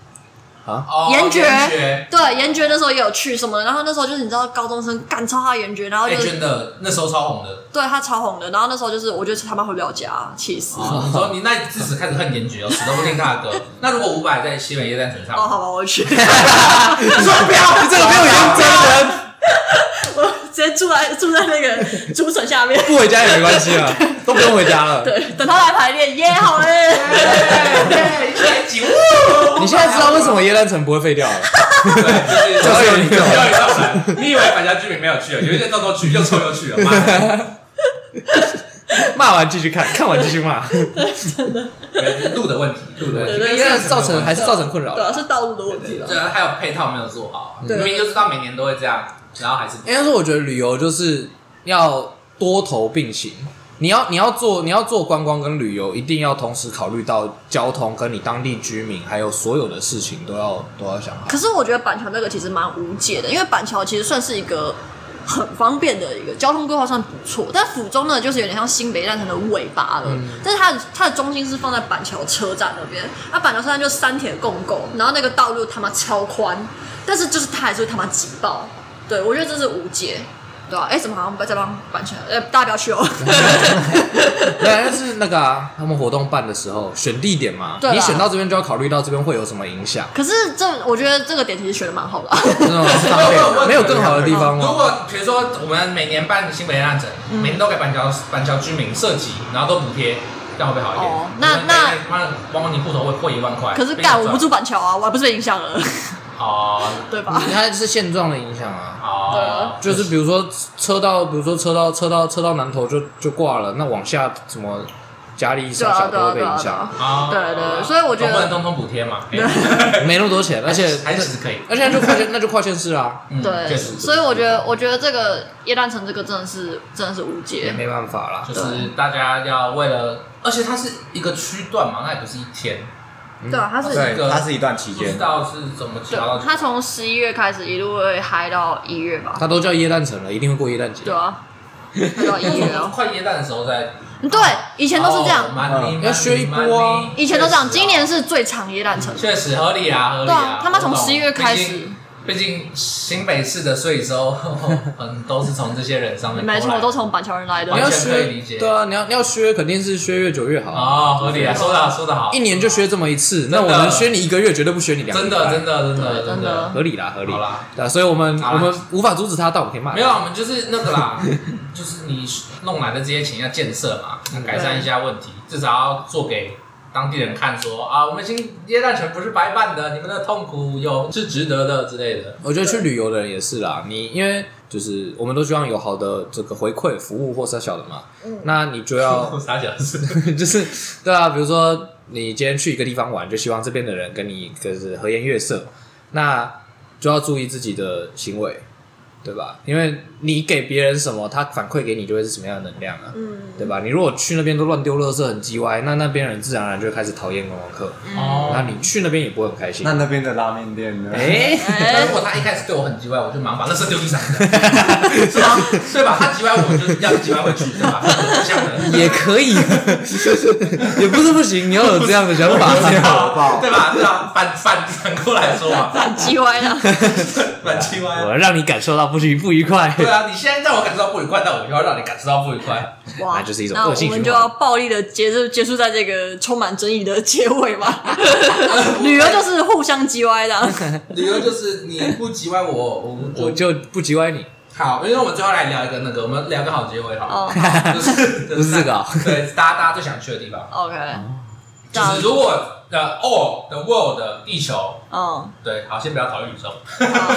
Speaker 1: 哦
Speaker 4: 严爵
Speaker 1: 爵。
Speaker 4: 对，严爵那时候也有去什么，然后那时候就是你知道高中生干超他严爵，然后就
Speaker 1: 哎，
Speaker 4: 是、
Speaker 1: 真的，那时候超红的。
Speaker 4: 对他超红的，然后那时候就是我觉得他妈回不了家，气死。
Speaker 3: 啊
Speaker 4: 哦
Speaker 1: 哦，你说你那自此开始恨严爵，哦，死都不听他的歌。那如果伍佰在西北夜战城
Speaker 4: 哦好
Speaker 1: 上，
Speaker 4: 吧，我去，
Speaker 3: 双标，你这个没有原则人，
Speaker 4: 我直接住在住在那个竹笋下面。
Speaker 3: 不回家也没关系了，都不用回家了。
Speaker 4: 对，等他来排练，耶，好嘞。
Speaker 1: 对，对，起舞。
Speaker 3: 你现在知道为什么耶诞城不会废掉了？
Speaker 1: 对，就是
Speaker 3: 就是有你这种
Speaker 1: 只有你造成。你以为百家居民没有去了，有一些到时候去又臭又去了，妈的，
Speaker 3: 骂完继续看，看完继续骂，
Speaker 1: 路的问题，路的问
Speaker 4: 对
Speaker 1: 题，
Speaker 4: 对
Speaker 3: 耶诞城造成还是造成困扰
Speaker 4: 对啊，是道路的问题了。
Speaker 1: 对啊，还有配套没有做好，
Speaker 4: 对
Speaker 1: 明明就知道每年都会这样，然后还是
Speaker 3: 应该说，我觉得旅游就是要多头并行。你要你要做你要做观光跟旅游，一定要同时考虑到交通跟你当地居民，还有所有的事情都要都要想好。
Speaker 4: 可是我觉得板桥那个其实蛮无解的，因为板桥其实算是一个很方便的一个交通规划算不错，但府中呢就是有点像新北站城的尾巴了，
Speaker 3: 嗯
Speaker 4: 但是它的它的中心是放在板桥车站那边，那、板桥车站就三铁共构，然后那个道路他妈超宽，但是就是它还是会他妈挤爆，对我觉得这是无解。对吧、啊？哎，怎么好像不在帮板桥？呃，大家不要 去哦。
Speaker 3: 对，但是那个啊，他们活动办的时候选地点嘛，
Speaker 4: 对啦啊
Speaker 3: 你选到这边就要考虑到这边会有什么影响，
Speaker 4: 可是这，我觉得这个点其实选的蛮好的、 啊。
Speaker 3: 真的吗
Speaker 1: 我有问题
Speaker 3: 没有更好的地方
Speaker 1: 如
Speaker 3: 哦吗？
Speaker 1: 果比如说我们每年办新北夜战整，每年都给板桥板桥居民涉及，然后都补贴，这样会不会好一点
Speaker 4: 哦？那
Speaker 1: 我们每年妈的，往往你户头会破一万块。
Speaker 4: 可是
Speaker 1: 没有
Speaker 4: 干，我
Speaker 1: 赚
Speaker 4: 不住板桥啊，我还不是被影响了，
Speaker 1: 哦
Speaker 4: 对吧？
Speaker 3: 它是现状的影响啊，
Speaker 4: 对啊
Speaker 1: 哦，
Speaker 3: 就是比如说车到，比如说车到车到车到南头就就挂了，那往下什么嘉里
Speaker 4: 对
Speaker 3: 小
Speaker 4: 啊，
Speaker 3: 小
Speaker 4: 对
Speaker 3: 都
Speaker 4: 啊，
Speaker 3: 会被
Speaker 4: 对啊，
Speaker 3: 影
Speaker 4: 对
Speaker 3: 响
Speaker 4: 啊，。
Speaker 1: 哦
Speaker 4: 对对所以我觉得
Speaker 1: 总不能通通补贴嘛，没有
Speaker 4: 啊
Speaker 3: 没那么多钱，而且
Speaker 1: 还是可以。
Speaker 3: 而且那就跨县那就跨县市啊，
Speaker 1: 嗯
Speaker 4: 对，
Speaker 1: 确实
Speaker 4: 所以我觉得，我觉得这个叶诞城这个真的是真的是无
Speaker 3: 也
Speaker 4: 解。
Speaker 3: 没办法啦
Speaker 1: 就。
Speaker 4: 对
Speaker 1: 是大家要为了，而且它是一个区段嘛，那也不是一天，
Speaker 4: 对啊，它是
Speaker 1: 这个
Speaker 2: 对，它是一段期
Speaker 1: 不知
Speaker 2: 间，
Speaker 1: 道是怎么
Speaker 4: 对
Speaker 1: 调到，
Speaker 4: 它从十一月开始一路会嗨到一月吧？
Speaker 3: 它都叫耶诞城了，一定会过耶诞节
Speaker 4: 对。啊，嗨到一月 哦。嗯
Speaker 1: 快耶诞的时候哦再，
Speaker 4: 对，以前都是这样，
Speaker 1: 样
Speaker 3: 要削一波啊
Speaker 4: 以前都这样，今年
Speaker 1: 是
Speaker 4: 是最长叶诞城。
Speaker 1: 确实合理啊，合理
Speaker 4: 对啊
Speaker 1: 啊，，
Speaker 4: 他妈从
Speaker 1: 我懂
Speaker 4: 十一月开。
Speaker 1: 毕
Speaker 4: 始
Speaker 1: 竟，毕竟新北市的税收 很都是从这些人上面
Speaker 4: 没
Speaker 1: 过
Speaker 4: 错，
Speaker 1: 来
Speaker 4: 我都从板桥人来的
Speaker 3: 你。要
Speaker 1: 完全可以
Speaker 3: 削
Speaker 1: 理解
Speaker 3: 对啊，你要你要削肯定是削越久越好啊。
Speaker 1: 哦，合理啊，说的好说的好，
Speaker 3: 一年就削这么一次，那
Speaker 1: 真的
Speaker 3: 我能削你一个月，绝对不削你两个
Speaker 1: 真
Speaker 3: 礼
Speaker 1: 的
Speaker 3: 拜
Speaker 1: 真的真
Speaker 4: 对
Speaker 1: 的
Speaker 4: 真
Speaker 1: 真
Speaker 4: 的
Speaker 1: 的。
Speaker 3: 合理啦，合理
Speaker 1: 好啦。
Speaker 3: 对啊，所以我们
Speaker 1: 好
Speaker 3: 我
Speaker 1: 啦
Speaker 3: 们无法阻止他，但我们可以骂他。
Speaker 1: 没有啊，我们就是那个啦， 就是你弄来的这些钱要建设嘛，改善一下问题，至少要做给当地人看说，啊，我们新耶诞城不是白办的，你们的痛苦有是值得的之类的。
Speaker 3: 我觉得去旅游的人也是啦，你因为就是我们都希望有好的这个回馈服务或是小的嘛，那你就要
Speaker 1: 我傻小子，
Speaker 3: 就是对啊，比如说你今天去一个地方玩，就希望这边的人跟你就是和颜悦色，那就要注意自己的行为，对吧？因为你给别人什么，他反馈给你就会是什么样的能量啊。
Speaker 4: 嗯，
Speaker 3: 对吧？你如果去那边都乱丢垃圾，很鸡歪，那那边人自然而然就会开始讨厌观光客，那
Speaker 1: 哦，
Speaker 3: 你去那边也不会很开心。
Speaker 2: 那那边的拉面店呢？
Speaker 3: 哎、
Speaker 1: 那
Speaker 4: 哎
Speaker 1: 如，果他一开始对我很叽歪，我就马上把垃圾丢地上， 是吧？对吧？他叽歪，我就要叽歪回去，对吧？这样的。
Speaker 3: 也可 以，也不是不行，你要有这样的想 法。
Speaker 2: 好爆
Speaker 1: 对吧？对吧？反反反过来说嘛，
Speaker 4: 反击歪了。
Speaker 1: 反叽歪啊
Speaker 3: 我。要让你感受到不愉不愉快。
Speaker 1: 对啊，你现在让我感受到不愉快，那我就要让你感受到不愉快。
Speaker 4: 哇，
Speaker 3: 那就是一种
Speaker 4: 那
Speaker 3: 恶性循
Speaker 4: 我
Speaker 3: 环
Speaker 4: 们就要暴力的结束结束在这个充满争议的结尾嘛。 旅游就是互相叽歪的，
Speaker 1: 理由就是你不急歪我，我们
Speaker 3: 我就不急歪你，
Speaker 1: 好，因为我们最后来聊一个那个，我们聊个好结尾好了。
Speaker 4: 哦
Speaker 1: 就是
Speaker 3: 不是这个啊
Speaker 1: 对，大家大家最想去的地方，
Speaker 4: ，OK，这
Speaker 1: 就
Speaker 4: 样
Speaker 1: 是如果呃 all the world 的地球，
Speaker 4: 嗯，
Speaker 1: 对，好，先不要讨论宇宙，
Speaker 4: 好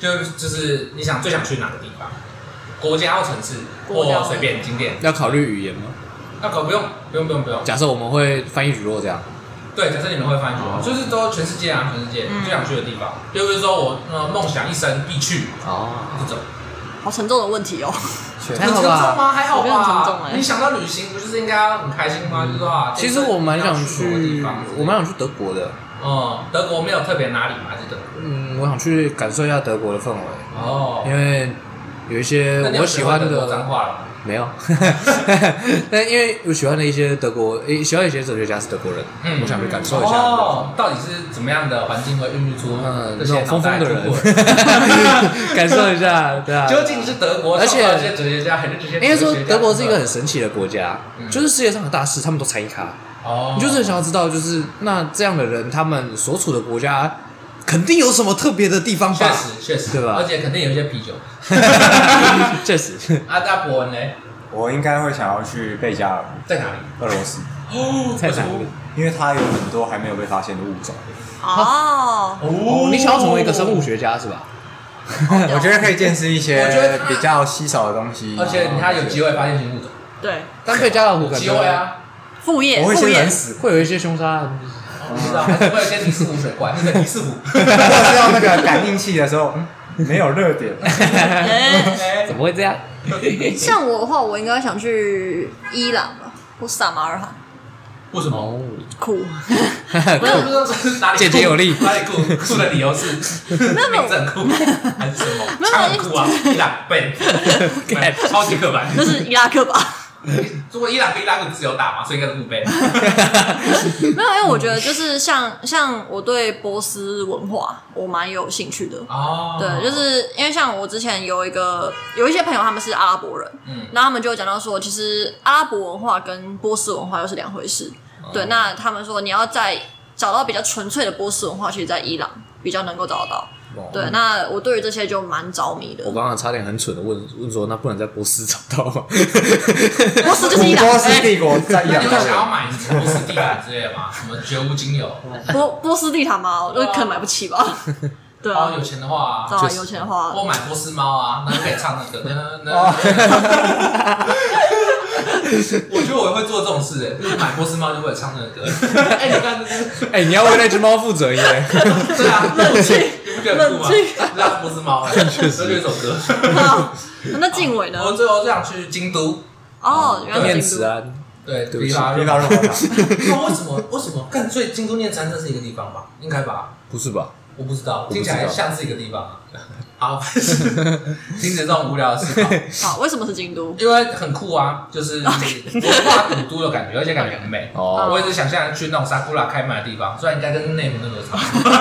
Speaker 1: 就就是你想最想去哪个地方？国家或城市，
Speaker 4: 国家
Speaker 1: 或
Speaker 4: 或
Speaker 1: 随便景点？
Speaker 3: 要考虑语言吗？
Speaker 1: 那可不用，不用，不用，不用。
Speaker 3: 假设我们会翻译语录这样，
Speaker 1: 对，假设你们会翻译国，就是都全世界啊，全世界
Speaker 4: 嗯
Speaker 1: 最想去的地方，又不是说我呃梦想一生必去
Speaker 3: 哦，
Speaker 1: 这种。
Speaker 4: 好沉重的问题哦。
Speaker 3: 还
Speaker 1: 很
Speaker 3: 好
Speaker 1: 沉重
Speaker 3: 吧。
Speaker 1: 吗？还好
Speaker 4: 我觉得很沉重
Speaker 1: 吧。
Speaker 4: 欸
Speaker 1: 你想到旅行，不就是应该要很开心吗？就是说啊，
Speaker 3: 嗯其实我蛮想
Speaker 1: 这一生要去
Speaker 3: 去
Speaker 1: 什么地，方
Speaker 3: 我蛮想去德国的。
Speaker 1: 嗯，德国没有特别哪里嘛，就德国。
Speaker 3: 嗯，我想去感受一下德国的氛围，
Speaker 1: 哦，
Speaker 3: 因为有一些
Speaker 1: 那你有
Speaker 3: 我喜欢
Speaker 1: 学会德国脏
Speaker 3: 的
Speaker 1: 话了吗。
Speaker 3: 没有， 但因为我喜欢的一些德国，诶，喜欢的一些哲学家是德国人，
Speaker 1: 嗯
Speaker 3: 我想去感受一下。
Speaker 1: 哦，到底是怎么样的环境会孕育出
Speaker 3: 嗯，
Speaker 1: 这
Speaker 3: 那
Speaker 1: 些
Speaker 3: 种疯疯的
Speaker 1: 脑袋
Speaker 3: 人， 感受一下，对 啊。
Speaker 1: 究竟是德国，
Speaker 3: 而且
Speaker 1: 这些哲学家还是这些？
Speaker 3: 应该说，德国是一个很神奇的国家，
Speaker 1: 嗯
Speaker 3: 就是世界上的大事他们都参与咖，
Speaker 1: 哦，
Speaker 3: 你就是很想要知道，就是那这样的人他们所处的国家肯定有什么特别的地方
Speaker 1: 确
Speaker 3: 吧？
Speaker 1: 实确实
Speaker 3: 对吧
Speaker 1: 而且肯定有一些啤 酒。
Speaker 3: 确实，
Speaker 1: 阿大伯文呢，
Speaker 2: 我应该会想要去贝加尔，
Speaker 1: 在哪里？
Speaker 2: 俄罗斯，
Speaker 1: 哦，
Speaker 3: 太难了
Speaker 2: 因为它有很多还没有被发现的物种。
Speaker 4: 哦，
Speaker 1: 哦
Speaker 3: 你想要成为一个生物，学家是吧？
Speaker 2: 我觉得可以见识一
Speaker 1: 我觉得
Speaker 2: 些
Speaker 1: 它
Speaker 2: 比较稀少的东西，
Speaker 1: 嗯而且他有机会发现新物种，
Speaker 4: 对，
Speaker 3: 但贝加尔湖
Speaker 1: 有
Speaker 3: 感
Speaker 1: 机会
Speaker 3: 觉
Speaker 1: 啊。
Speaker 4: 副业
Speaker 2: 我会
Speaker 4: 副
Speaker 2: 先
Speaker 4: 业
Speaker 2: 冷，死，
Speaker 3: 会有一些凶杀，
Speaker 1: 不知道，还是会有些尼斯湖水怪，那个尼斯湖。
Speaker 2: 知道那个感应器的时候，嗯没有热 点，
Speaker 4: 哎
Speaker 1: 哎
Speaker 3: 怎么会这样？
Speaker 4: 像我的话，我应该想去伊朗吧，或撒马尔罕，
Speaker 1: 为什么？
Speaker 3: 哦，
Speaker 4: 酷。
Speaker 1: 不是不是不是哪里
Speaker 3: 姐姐有力
Speaker 1: 酷哪里酷酷的理由是名字很酷 还是什么？
Speaker 4: 没有
Speaker 1: 唱很酷啊，伊朗笨，啊
Speaker 3: 干
Speaker 1: 超级刻板。
Speaker 4: 那是伊拉克吧？
Speaker 1: 如果伊朗跟伊拉克只有打嘛，所以应该是互背。
Speaker 4: 没有，因为我觉得就是像像我对波斯文化我蛮有兴趣的，
Speaker 1: 哦，
Speaker 4: 对，就是因为像我之前有一个有一些朋友他们是阿拉伯人，
Speaker 1: 嗯
Speaker 4: 那他们就有讲到说，其实阿拉伯文化跟波斯文化又是两回事。
Speaker 1: 哦
Speaker 4: 对，那他们说你要在找到比较纯粹的波斯文化，其实在伊朗比较能够找得到。
Speaker 1: 哦
Speaker 4: 对，那我对于这些就蛮着迷的
Speaker 3: 我。刚刚差点很蠢的问问说，那不能在波斯找到吗？
Speaker 4: 波斯就是伊
Speaker 2: 古
Speaker 4: 朗，
Speaker 2: 波斯
Speaker 4: 哎
Speaker 2: 帝国在伊
Speaker 1: 那
Speaker 2: 朗
Speaker 1: 你
Speaker 2: 到
Speaker 1: 们想要
Speaker 2: 底。
Speaker 1: 买什么波斯地毯之类的吗？什么绝无仅有？
Speaker 4: 波波斯地毯嘛，我就可能买不起吧。 对
Speaker 1: 然后
Speaker 4: 啊，
Speaker 1: 哦有钱的话
Speaker 4: 对，啊，有钱的话，
Speaker 1: 我买波斯猫啊，那就可以唱那个。那
Speaker 2: 哦
Speaker 1: 那， 我觉得我也会做这种事诶，就是买波斯猫就会唱那个歌。哎，你看，
Speaker 3: 哎，你要为那只猫负责 耶！
Speaker 1: 对啊，冷静，你不觉得很酷吗
Speaker 4: 冷静？
Speaker 1: 那是波斯猫，啊 确实这首歌。
Speaker 4: 啊 那静伟呢
Speaker 1: 我？们最后就想去京都，
Speaker 4: 哦，原来
Speaker 3: 念
Speaker 4: 是
Speaker 3: 慈
Speaker 4: 京
Speaker 1: 啊
Speaker 4: 都。
Speaker 3: 庵，
Speaker 1: 对，
Speaker 3: 对不起
Speaker 1: 发
Speaker 2: 遇
Speaker 1: 那
Speaker 2: 到肉麻
Speaker 1: 为什么？为什么？干，所以京都念慈庵这是一个地方吧？应该吧？
Speaker 3: 不是吧？
Speaker 1: 我不知道，
Speaker 3: 不
Speaker 1: 听
Speaker 3: 知
Speaker 1: 起
Speaker 3: 道
Speaker 1: 来像是一个地方啊。好， 停止这种无聊的思考。
Speaker 4: 好，为什么是京都？
Speaker 1: 因为很酷啊，就是文化古都的感觉，而且感觉很美。
Speaker 3: 哦
Speaker 1: 我一直想象去那种沙库拉开满的地方，虽然应该跟内蒙那个差不多，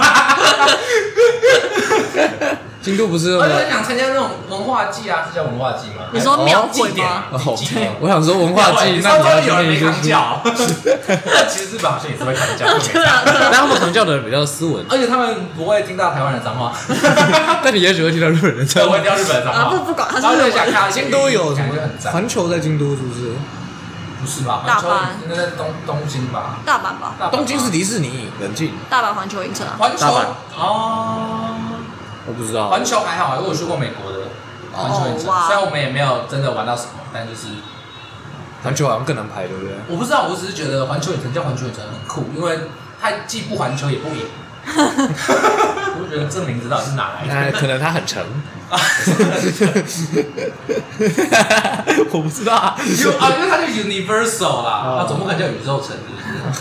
Speaker 3: 京都不是
Speaker 1: 我就很想参加那种文化祭啊，是叫文化祭吗？
Speaker 4: 你说庙会吗
Speaker 1: 祭典啊
Speaker 3: 哦
Speaker 1: 祭典，
Speaker 3: 我想说文化祭，那
Speaker 1: 哎哦稍
Speaker 3: 你要
Speaker 1: 微有人
Speaker 3: 去念
Speaker 1: 没
Speaker 3: 一些
Speaker 1: 扛哦
Speaker 3: 书。
Speaker 1: 脚，那 其实日本好像也是会扛脚，
Speaker 4: 对啊，对啊
Speaker 3: 但他们可能叫的人比较斯文，
Speaker 1: 而且他们不会听到台湾的脏话，
Speaker 3: 但你也许会听到日本人在
Speaker 1: 都会掉日本的脏
Speaker 4: 啊不
Speaker 1: 话。
Speaker 4: 不管他
Speaker 1: 然后
Speaker 4: 是
Speaker 1: 就
Speaker 4: 日
Speaker 1: 想
Speaker 4: 本
Speaker 1: 看
Speaker 3: 京都有什
Speaker 1: 感
Speaker 3: 么
Speaker 1: 觉很赞，
Speaker 3: 环球在京都是不是？
Speaker 1: 不是吧？
Speaker 4: 大阪
Speaker 1: 那在东东京吧？
Speaker 4: 大阪吧，
Speaker 1: 大阪吗
Speaker 3: 啊东京是迪士尼，冷静，
Speaker 4: 大阪环球影城啊。
Speaker 1: 环球
Speaker 2: 大阪
Speaker 1: 哦。
Speaker 3: 我不知道。
Speaker 1: 环球还好，因为我去过美国的环球影城，
Speaker 4: 哦哇
Speaker 1: 虽然我们也没有真的玩到什么，但就是
Speaker 3: 环球好像更难排，对不对？
Speaker 1: 我不知道，我只是觉得环球影城叫环球影城很酷，因为它既不环球也不野。我就觉得这名字到底是哪 来
Speaker 3: 那
Speaker 1: 的？
Speaker 3: 哎可能它很沉。我不知道啊。
Speaker 1: 就啊，因为它叫 Universal 啦，
Speaker 3: 哦
Speaker 1: 它总不可能叫宇宙城，是不是？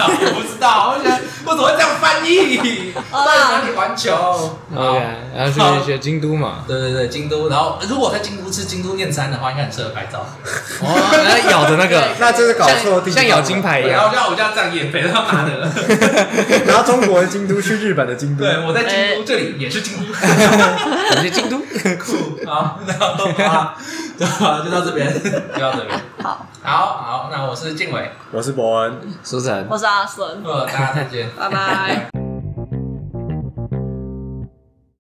Speaker 1: 我不知道，我想我怎么会这样翻译？
Speaker 4: 好啦
Speaker 1: 到底哪里环球好
Speaker 4: 哦
Speaker 3: OK，然后去一些京都嘛，
Speaker 1: 对对对，京都。然后如果我在京都吃京都面餐的话，应该很适合拍照。
Speaker 3: 哦，然后咬的那 个，
Speaker 2: 那真是搞错地方
Speaker 3: 像像
Speaker 2: 了
Speaker 3: 咬金牌一
Speaker 1: 然后
Speaker 3: 样。
Speaker 1: 我就我就要这样也陪他妈的。
Speaker 2: 拿中国的京都去日本的京都，
Speaker 1: 对，我在京都，这里也是京都。
Speaker 3: 我去京都，
Speaker 1: 酷，好，然后啊，对啊，就到这边，就到这边。
Speaker 4: 好，
Speaker 1: 好好，那我是静伟，
Speaker 2: 我是伯恩。
Speaker 3: 苏晨，
Speaker 4: 我是阿森，
Speaker 1: 呃，大家再见。
Speaker 4: 拜拜。